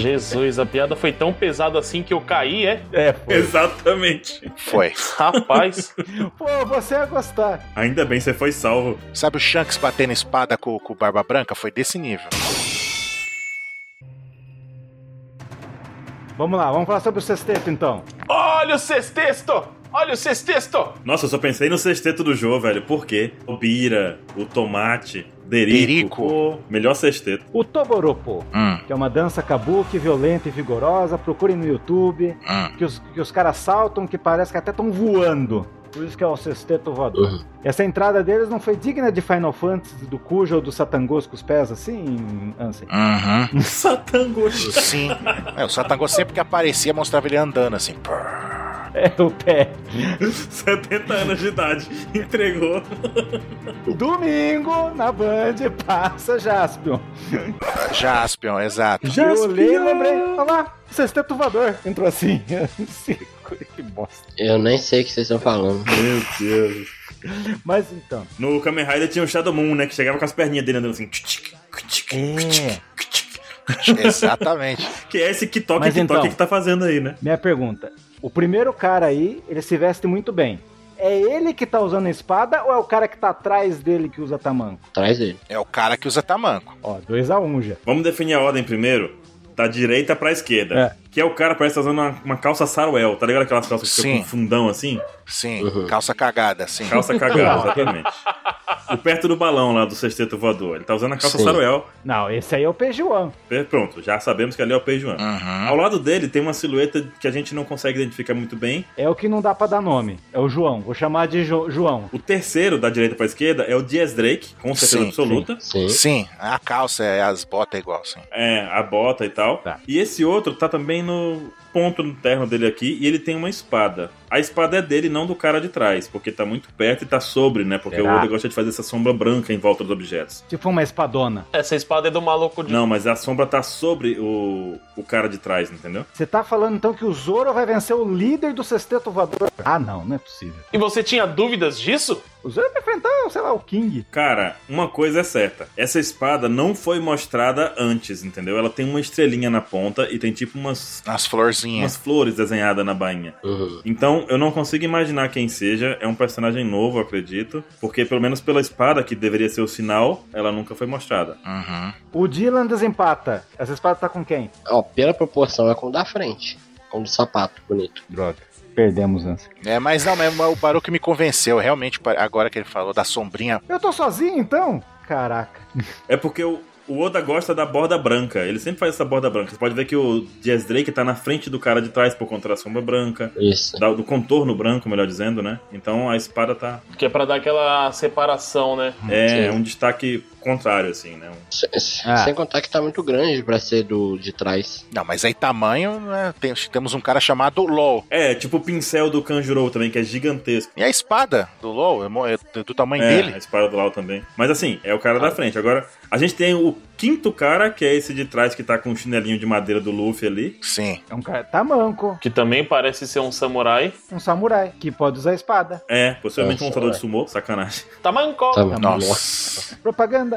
Jesus, a piada foi tão pesada assim que eu caí, é? É, pô. Exatamente. Foi. Rapaz. pô, você ia gostar. Ainda bem, você foi salvo. Sabe o Shanks batendo espada com, com o Barba Branca? Foi desse nível. Vamos lá, vamos falar sobre o sexteto então. Olha o sextesto! Olha o sextesto! Nossa, eu só pensei no sexteto do Jô, velho. Por quê? O Bira, o Tomate, Derico. Derico. Pô, melhor sexteto. O Toboropo, Hum, que é uma dança kabuki violenta e vigorosa. Procurem no YouTube, hum. que os, que os caras saltam, que parece que até estão voando. Por isso que é o sexteto voador. Uhum. Essa entrada deles não foi digna de Final Fantasy, do Cujo ou do Satangos com os pés assim, Ansem? Uhum. Satangoshi. Sim. É, o Satangô sempre que aparecia mostrava ele andando assim. Prrr. É o pé. 70 anos de idade. Entregou. Domingo, na Band, passa Jaspion. Jaspion, exato. Eu olhei e lembrei, olha lá, sexteto voador. Entrou assim. que bosta. Eu nem sei o que vocês estão falando. Meu Deus. Mas então, No Kamen Rider tinha o Shadow Moon, né? Que chegava com as perninhas dele andando assim. Exatamente. Que é esse que toca Mas que toca então- que tá fazendo aí, né? minha pergunta. O primeiro cara aí, ele se veste muito bem. É ele que tá usando a espada ou é o cara que tá atrás dele que usa tamanco? Traz ele. É o cara que usa tamanco. Ó, 2x1 um já. Vamos definir a ordem primeiro. Da direita pra esquerda. Que é o cara, parece que tá usando uma, uma calça saruel, tá ligado? Aquelas calças que ficam Sim. com fundão assim? Sim, Uhum. calça cagada, sim. Calça cagada, exatamente. O perto do balão lá do sexteto voador. Ele tá usando a calça Sim. saruel. Não, esse aí é o Pejuan. Per- Pronto, já sabemos que ali é o Peijuan. Uhum. Ao lado dele tem uma silhueta que a gente não consegue identificar muito bem. É o que não dá pra dar nome. É o João. Vou chamar de Jo- João. O terceiro, da direita pra esquerda, é o Dias Drake, com certeza Sim, absoluta. Sim. Sim, a calça, é, as botas é igual, sim. É, a bota e tal. Tá. E esse outro tá também no ponto no terno dele aqui e ele tem uma espada. A espada é dele, não do cara de trás, porque tá muito perto e tá sobre, né? Porque Será? o Oda gosta de fazer essa sombra branca em volta dos objetos. Tipo uma espadona. Essa espada é do maluco de. Não, mas a sombra tá sobre o, o cara de trás, entendeu? Você tá falando então que o Zoro vai vencer o líder do sexteto voador? Ah, não, não é possível. E você tinha dúvidas disso? O Zoro vai enfrentar, sei lá, o King. Cara, uma coisa é certa. Essa espada não foi mostrada antes, entendeu? Ela tem uma estrelinha na ponta e tem tipo umas, Nas é. florzinhas. umas flores desenhadas na bainha. Uhum. Então, eu não consigo imaginar quem seja. É um personagem novo, eu acredito. Porque, pelo menos pela espada, que deveria ser o sinal, ela nunca foi mostrada. Uhum. O Dylan desempata. Essa espada tá com quem? Ó, pela proporção é com o da frente. Com o do sapato bonito. Droga. Perdemos antes. É, mas não, mesmo o Baruch me convenceu, realmente, pa- agora que ele falou da sombrinha. Eu tô sozinho então? Caraca. É porque o, o Oda gosta da borda branca. Ele sempre faz essa borda branca. Você pode ver que o Dias Drake tá na frente do cara de trás por conta da sombra branca. Isso. da- do contorno branco, melhor dizendo, né? Então a espada tá. Que é pra dar aquela separação, né? É Sim. um destaque contrário, assim, né? Se- se- Ah. Sem contar que tá muito grande pra ser do de trás. Não, mas aí tamanho, né, tem- temos um cara chamado LOL. É, tipo o pincel do Kanjuro também, que é gigantesco. E a espada do LOL é mo- é do- do tamanho É, a dele. espada do Lau também. Mas assim, é o cara da frente. Agora, a gente tem o quinto cara, que é esse de trás que tá com o chinelinho de madeira do Luffy ali. Sim. É um cara tamanco, Que também parece ser um samurai. um samurai, que pode usar a espada. É, possivelmente um Nossa, Tá Tá lutador de sumô, sacanagem. Tamanco! Tá bom. Nossa. Propaganda.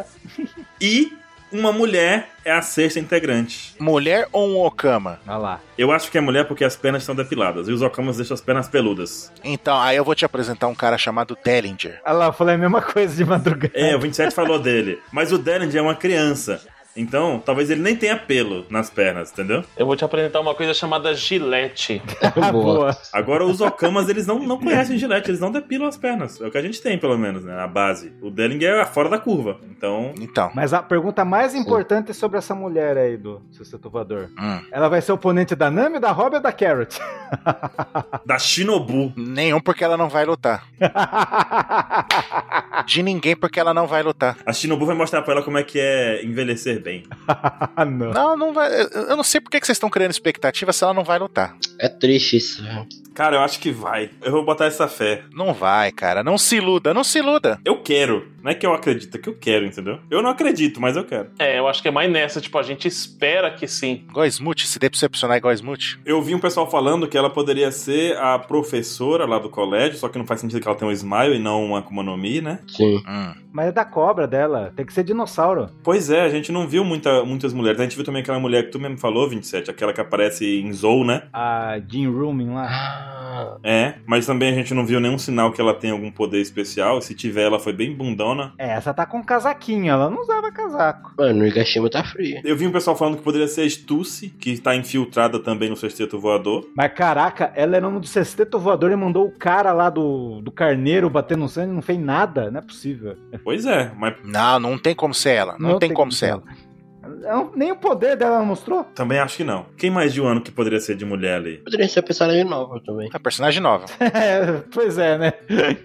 E uma mulher é a sexta integrante. Mulher ou um Okama? Olha lá. Eu acho que é mulher porque as pernas estão depiladas e os Okamas deixam as pernas peludas. Então, aí eu vou te apresentar um cara chamado Dellinger. Olha lá, eu falei a mesma coisa de madrugada. É, o 27 falou dele. Mas o Derringer é uma criança. Então, talvez ele nem tenha pelo nas pernas, entendeu? Eu vou te apresentar uma coisa chamada gilete. Ah, boa. Agora, os Okamas, eles não, não conhecem gilete, eles não depilam as pernas. É o que a gente tem, pelo menos, né? A base. O Dellinger é fora da curva. Então, Então. Mas a pergunta mais importante é sobre essa mulher aí do seu setuvador. Hum. Ela vai ser oponente da Nami, da Robbie ou da Carrot? da Shinobu. Nenhum porque ela não vai lutar. De ninguém porque ela não vai lutar. A Shinobu vai mostrar pra ela como é que é envelhecer bem. ah, não. Não, não vai. eu- Eu não sei por que que vocês estão criando expectativa se ela não vai lutar. É triste isso. velho. Cara, eu acho que vai. Eu vou botar essa fé. Não vai, cara. Não se iluda, não se iluda. Eu quero. Não é que eu acredito, é que eu quero, entendeu? Eu não acredito, mas eu quero. É, eu acho que é mais nessa, tipo, a gente espera que sim. Goismute, se decepcionar é Goismute. Eu vi um pessoal falando que ela poderia ser a professora lá do colégio, só que não faz sentido que ela tenha um smile e não uma Akuma no Mi, né? Sim. Hum. Mas é da cobra dela. Tem que ser dinossauro. Pois é, a gente não viu muita, muitas mulheres. A gente viu também aquela mulher que tu mesmo falou, 27, aquela que aparece em Zou, né? A Jean Rooming lá. Ah, É, mas também a gente não viu nenhum sinal que ela tem algum poder especial. Se tiver, ela foi bem bundona. É, essa tá com casaquinho. Ela não usava casaco. mano, o Higashima tá frio. Eu vi um pessoal falando que poderia ser a Stussy, que tá infiltrada também no sexteto voador. Mas caraca, ela era um do sexteto voador e mandou o cara lá do, do carneiro bater no sangue e não fez nada. Não é possível. Pois é, mas Não, não tem como ser ela. Não, tem, como ser ela. Ela- Nem o poder dela mostrou. também acho que não. Quem mais de um ano que poderia ser de mulher ali? Poderia ser personagem nova também. É personagem nova. É, pois é, né?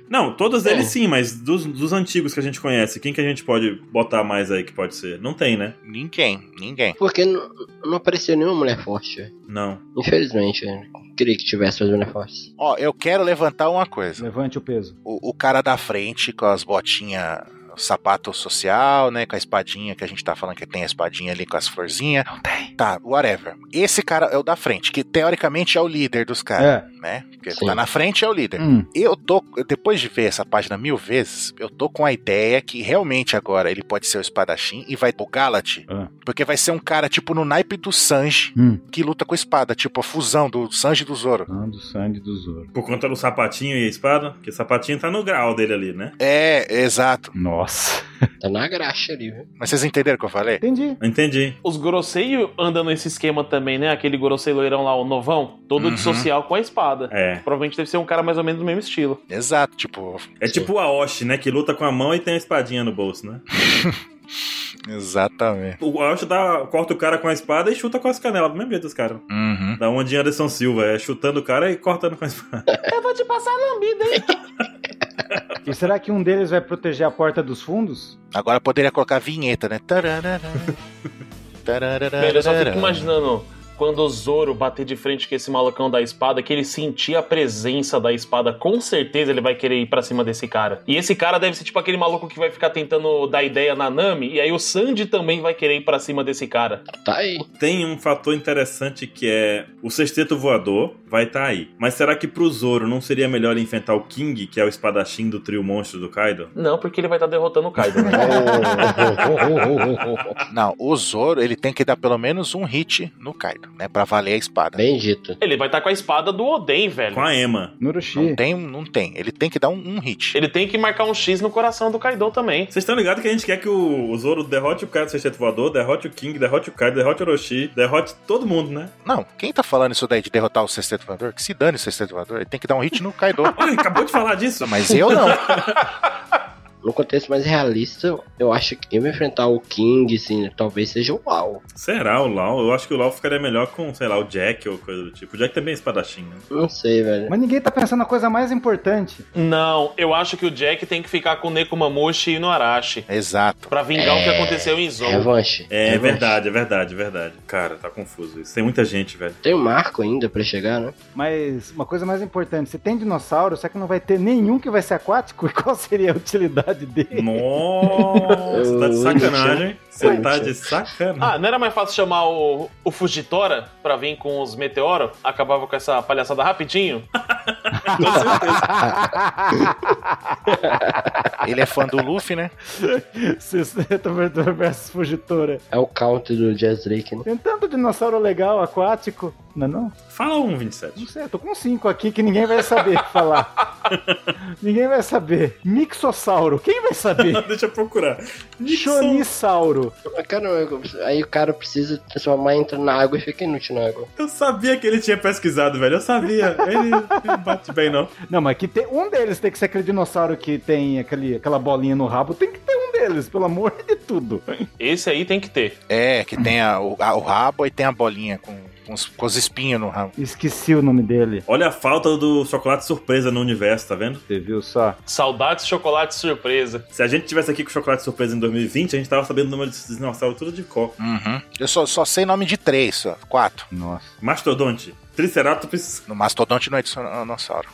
Não, todos eles É. sim, mas dos, dos antigos que a gente conhece, quem que a gente pode botar mais aí que pode ser? Não tem, né? Ninguém, ninguém. Porque n- não apareceu nenhuma mulher forte. velho. Não. Infelizmente, velho. queria que tivesse mais mulher forte. Ó, eu quero levantar uma coisa. Levante o peso. O, o cara da frente com as botinhas, o sapato social, né? Com a espadinha que a gente tá falando que tem a espadinha ali com as florzinhas. Não tem. Tá, whatever. Esse cara é o da frente, que teoricamente é o líder dos caras, né? Porque Sim. tá na frente é o líder. É. Hum. Eu tô, eu- depois de ver essa página mil vezes, eu tô com a ideia que realmente agora ele pode ser o espadachim e vai pro Galate, Ah. porque vai ser um cara tipo no naipe do Sanji, Hum. que luta com espada, tipo a fusão do Sanji e do Zoro. Ah, do sangue do Zoro. Por conta do sapatinho e a espada, porque o sapatinho tá no grau dele ali, né? É, exato. Nossa. Tá na graxa ali, viu? Mas vocês entenderam o que eu falei? Entendi. Entendi. Os Gorosei andam nesse esquema também, né? Aquele Gorosei loirão lá, o novão, todo Uhum. de social com a espada. É. Provavelmente deve ser um cara mais ou menos do mesmo estilo. Exato, tipo, É tipo o Aoshi, né? Que luta com a mão e tem a espadinha no bolso, né? exatamente. O Aoshi dá, corta o cara com a espada e chuta com as canelas, do mesmo jeito dos caras. Uhum. Dá uma de Anderson Silva, é chutando o cara e cortando com a espada. Eu vou te passar lambida, hein? E será que um deles vai proteger a porta dos fundos? Agora poderia colocar a vinheta, né? Tararara. Tararara. Velho, eu só fico imaginando quando o Zoro bater de frente com esse malucão da espada, que ele sentir a presença da espada, com certeza ele vai querer ir pra cima desse cara. E esse cara deve ser tipo aquele maluco que vai ficar tentando dar ideia na Nami, e aí o Sanji também vai querer ir pra cima desse cara. Tá aí. Tem um fator interessante que é o sexteto voador vai estar aí. Mas será que pro Zoro não seria melhor ele enfrentar o King, que é o espadachim do trio monstro do Kaido? Não, porque ele vai estar derrotando o Kaido, né? Não, o Zoro, ele tem que dar pelo menos um hit no Kaido, né? Pra valer a espada. Bem dito. Ele vai estar com a espada do Oden, velho. Com a Emma. Não Nurushi. tem, não tem. Ele tem que dar um, um hit. Ele tem que marcar um X no coração do Kaido também. Vocês estão ligados que a gente quer que o o Zoro derrote o Kaido do sexteto voador, derrote o King, derrote o Kaido, derrote o Orochi, derrote todo mundo, né? Não, quem tá falando isso daí de derrotar o sexteto voador, que se dane o sexteto voador, ele tem que dar um hit no Kaido. Olha, acabou de falar disso. Mas eu não. No contexto mais realista, eu acho que eu enfrentar o King, assim, talvez seja o Lau. Será o Lau? Eu acho que o Lau ficaria melhor com, sei lá, o Jack ou coisa do tipo. O Jack também é espadachim, né? Não sei, velho. Mas ninguém tá pensando na coisa mais importante. Não, eu acho que o Jack tem que ficar com o Nekomamushi e no Arashi. Exato. Pra vingar o que aconteceu em Zou. Revanche. É, Revanche. verdade, é verdade, é verdade. Cara, tá confuso isso. Tem muita gente, velho. Tem um marco ainda pra chegar, né? Mas uma coisa mais importante, se tem dinossauro, será que não vai ter nenhum que vai ser aquático? E qual seria a utilidade dele? Nossa, tá de sacanagem. Você tá de sacanagem. Ah, não era mais fácil chamar o, o Fugitora pra vir com os meteoros? Acabava com essa palhaçada rapidinho? Com certeza. Ele é fã do Luffy, né? 60 Verdura versus Fugitora. É o counter do Jazz Drake, né? Tem tanto dinossauro legal, aquático. Não é não? Fala um, Não 27. sei, eu tô com cinco aqui que ninguém vai saber falar. ninguém vai saber. Mixossauro, quem vai saber? Deixa eu procurar. Nixon. Chonissauro. Cara, aí o cara precisa transformar, entra na água e fica inútil na água. Eu sabia que ele tinha pesquisado, velho. Eu sabia. Ele não bate bem, não. Não, mas que tem, um deles tem que ser aquele dinossauro que tem aquele, aquela bolinha no rabo. Tem que ter um deles, pelo amor de tudo. Esse aí tem que ter. É, que tem a- o, a- o rabo e tem a bolinha com, com os, com os espinhos no rabo. Esqueci o nome dele. Olha a falta do chocolate surpresa no universo, tá vendo? Você viu só? Saudades chocolate surpresa. Se a gente tivesse aqui com chocolate surpresa em 2020, a gente tava sabendo o número de dinossauro tudo de cor. Uhum. Eu só, só sei nome de três, só. Quatro. Nossa. Mastodonte, Triceratops, No Mastodonte não é dinossauro.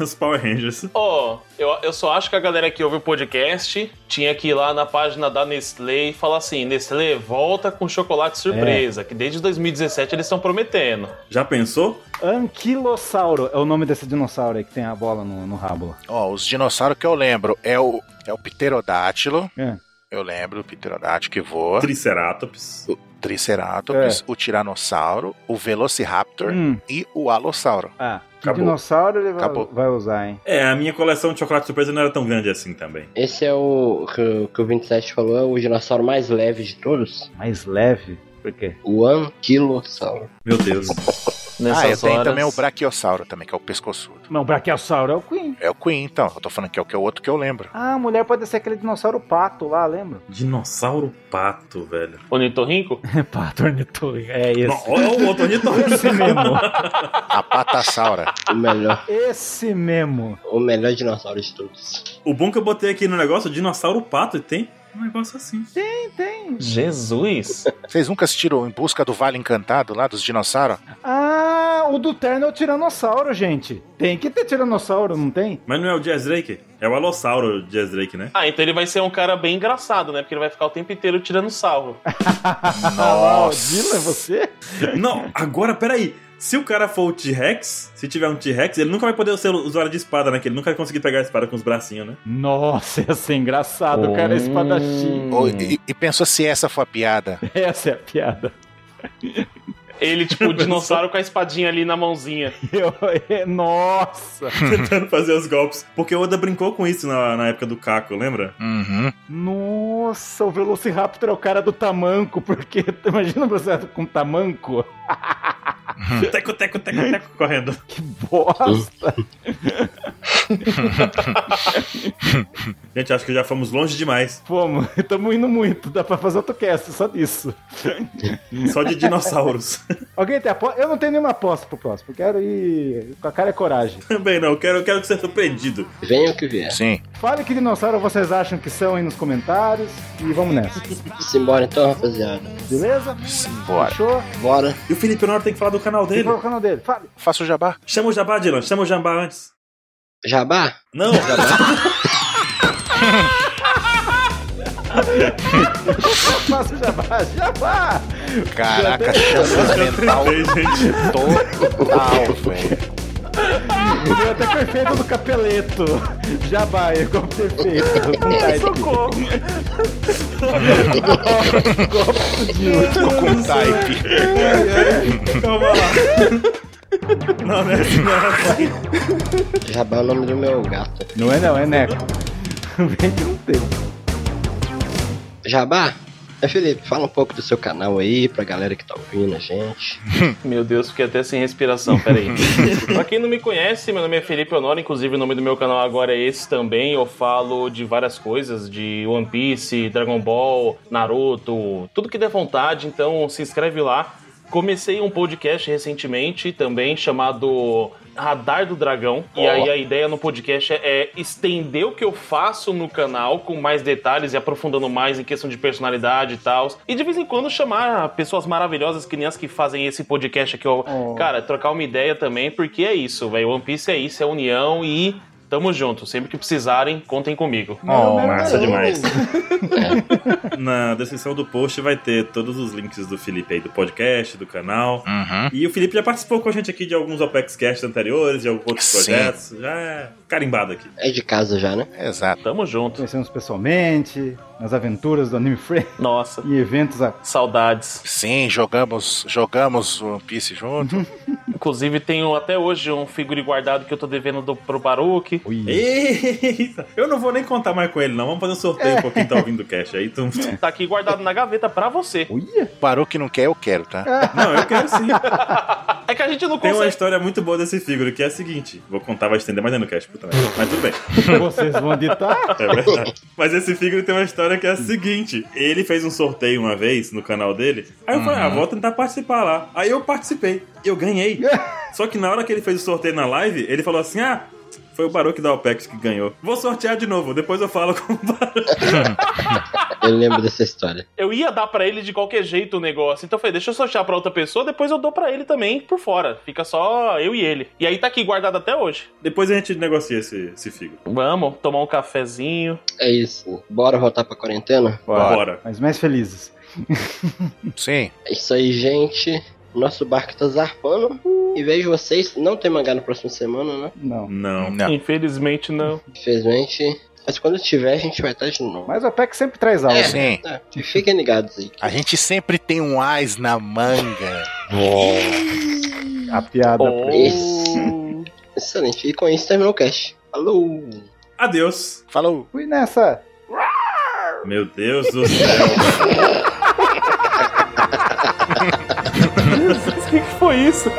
os Power Rangers. Ó, eu, eu só acho que a galera que ouve o podcast tinha que ir lá na página da Nestlé e falar assim: Nestlé, volta com chocolate É. surpresa, que desde 2017 eles estão prometendo. Já pensou? Anquilossauro é o nome desse dinossauro aí que tem a bola no, no rabo. lá. Ó, os dinossauros que eu lembro é o, é o pterodátilo. É. Eu lembro o pterodátilo que voa. Triceratops. o Triceratops, o Tiranossauro, o Velociraptor É. Hum. e o Alossauro. Ah, que Acabou. dinossauro ele vai, Acabou. vai usar, hein? É, a minha coleção de chocolate surpresa não era tão grande assim também. Esse é o que, o que o 27 falou, é o dinossauro mais leve de todos. Mais leve? Por quê? O Anquilossauro. Meu Deus. Nessas ah, eu tenho horas- também o Brachiossauro também, que é o pescoçudo. Não, o brachiossauro é o Queen. É o Queen, então. Eu tô falando que é o que é o outro que eu lembro. Ah, a mulher pode ser aquele dinossauro pato lá, lembra? Dinossauro pato, velho. Ornitorrinco? É pato ornitorrinco. É Não, esse. Olha o ornitorrinco. Esse mesmo. A Patassaura. O melhor, Esse mesmo. o melhor dinossauro de todos. O bom que eu botei aqui no negócio, dinossauro pato, e tem um negócio assim. Tem, tem. Jesus! Vocês nunca assistiram Em Busca do Vale Encantado, lá dos dinossauros? Ah, o do terno é o tiranossauro, gente. Tem que ter tiranossauro, não tem? Mas não é o Jazz Drake? É o Alossauro o Jazz Drake, né? Ah, então ele vai ser um cara bem engraçado, né? Porque ele vai ficar o tempo inteiro tirando sarro. Ah, o Nossa! Dylan, é você? Não, agora, peraí. Se o cara for o T-Rex, se tiver um T-Rex, ele nunca vai poder ser usuário de espada, né? Que ele nunca vai conseguir pegar a espada com os bracinhos, né? Nossa, ia ser engraçado. O cara é Hum. espadachim. Ô, e, e pensou se essa foi a piada? Essa é a piada. Ele, tipo, o dinossauro com a espadinha ali na mãozinha. Eu, é, nossa. Tentando fazer os golpes. Porque o Oda brincou com isso na, na época do Caco, lembra? Uhum. Nossa, o Velociraptor é o cara do tamanco, porque imagina você com tamanco? Teco, teco, teco, teco, correndo. Que bosta! Gente, acho que já fomos longe demais. Fomos, estamos indo muito, dá pra fazer outro cast só disso. Só de dinossauros. Alguém tem aposta? Eu não tenho nenhuma aposta pro próximo, quero ir com a cara e coragem. Também não, eu quero, eu quero que você seja surpreendido. Venha o que vier. Sim. Fale que dinossauro vocês acham que são aí nos comentários e vamos nessa, Simbora então, rapaziada. beleza? Bora. Fechou? Bora. E o Felipe Honor tem que falar do canal E dele. qual é o canal dele? Fale. Faça o jabá. Chama o Jabá, Dylan. Chama o Jabá antes. Jabá? Não, Jabá. Faça o jabá, jabá! Caraca, chance mental total, velho. Deu é até perfeito do capeleto. Jabá, eu como perfeito. Socorro! Tô com um type. Calma lá. Não, né? Não, Jabá é o nome do meu gato. Não é não, é neco. Vem um que não tem. Jabá? É, Felipe, fala um pouco do seu canal aí pra galera que tá ouvindo a gente. Meu Deus, fiquei até sem respiração, peraí. pra quem não me conhece, meu nome é Felipe Honor, inclusive o nome do meu canal agora é esse também. Eu falo de várias coisas, de One Piece, Dragon Ball, Naruto, tudo que der vontade, então se inscreve lá. Comecei um podcast recentemente também chamado Radar do Dragão. E aí a ideia no podcast é estender o que eu faço no canal com mais detalhes e aprofundando mais em questão de personalidade e tal. E de vez em quando chamar pessoas maravilhosas, crianças que fazem esse podcast aqui. ó. Cara, trocar uma ideia também, porque é isso, velho. One Piece é isso, é união e Tamo junto. Sempre que precisarem, contem comigo. Oh, é massa demais. Na descrição do post vai ter todos os links do Felipe aí, do podcast, do canal. Uhum. E o Felipe já participou com a gente aqui de alguns Opex Cast anteriores, de alguns outros Sim. projetos. Já é carimbado aqui. É de casa já, né? Exato. Tamo junto. Conhecemos pessoalmente, nas aventuras do Anime Friends Nossa, e eventos. A... saudades. Sim, jogamos, jogamos One Piece junto. Inclusive, tenho até hoje um figure guardado que eu tô devendo do, pro Baruque. Ui. Eita! Eu não vou nem contar mais com ele, não. Vamos fazer um sorteio pra quem tá ouvindo o cast aí. Tu... Tá aqui guardado na gaveta pra você. Uia. Parou que não quer, eu quero, tá? Não, eu quero sim. É que a gente não Tem uma consegue. história muito boa desse figure, que é a seguinte. Vou contar, vai estender mais no cast, puta merda. Mas tudo bem. Vocês vão ditar? É verdade. Mas esse figure tem uma história que é a seguinte: ele fez um sorteio uma vez no canal dele. Aí eu falei, ah, vou tentar participar lá. Aí eu participei, eu ganhei. Só que na hora que ele fez o sorteio na live, ele falou assim: ah. Foi o Baruque da OPEX que ganhou. Vou sortear de novo, depois eu falo com o Baruque. Eu lembro dessa história. Eu ia dar pra ele de qualquer jeito o negócio. Então eu falei, deixa eu sortear pra outra pessoa, depois eu dou pra ele também por fora. Fica só eu e ele. E aí tá aqui guardado até hoje. Depois a gente negocia esse, esse figure. Vamos tomar um cafezinho. É isso. Bora voltar pra quarentena? Bora. Bora. Mas mais felizes. Sim. É isso aí, gente. Nosso barco tá zarpando. E vejo vocês. Não tem mangá na próxima semana, né? Não. Não. Não. Infelizmente não. Infelizmente. Mas quando tiver, a gente vai estar de novo. Mas o PEC sempre traz algo. Sim. É, fiquem ligados aí. A gente sempre tem um AIS na manga. A piada. Oh. Isso. Excelente. E com isso terminou o cast. Falou! Adeus. Falou. Fui nessa. Meu Deus do céu. O que que foi isso?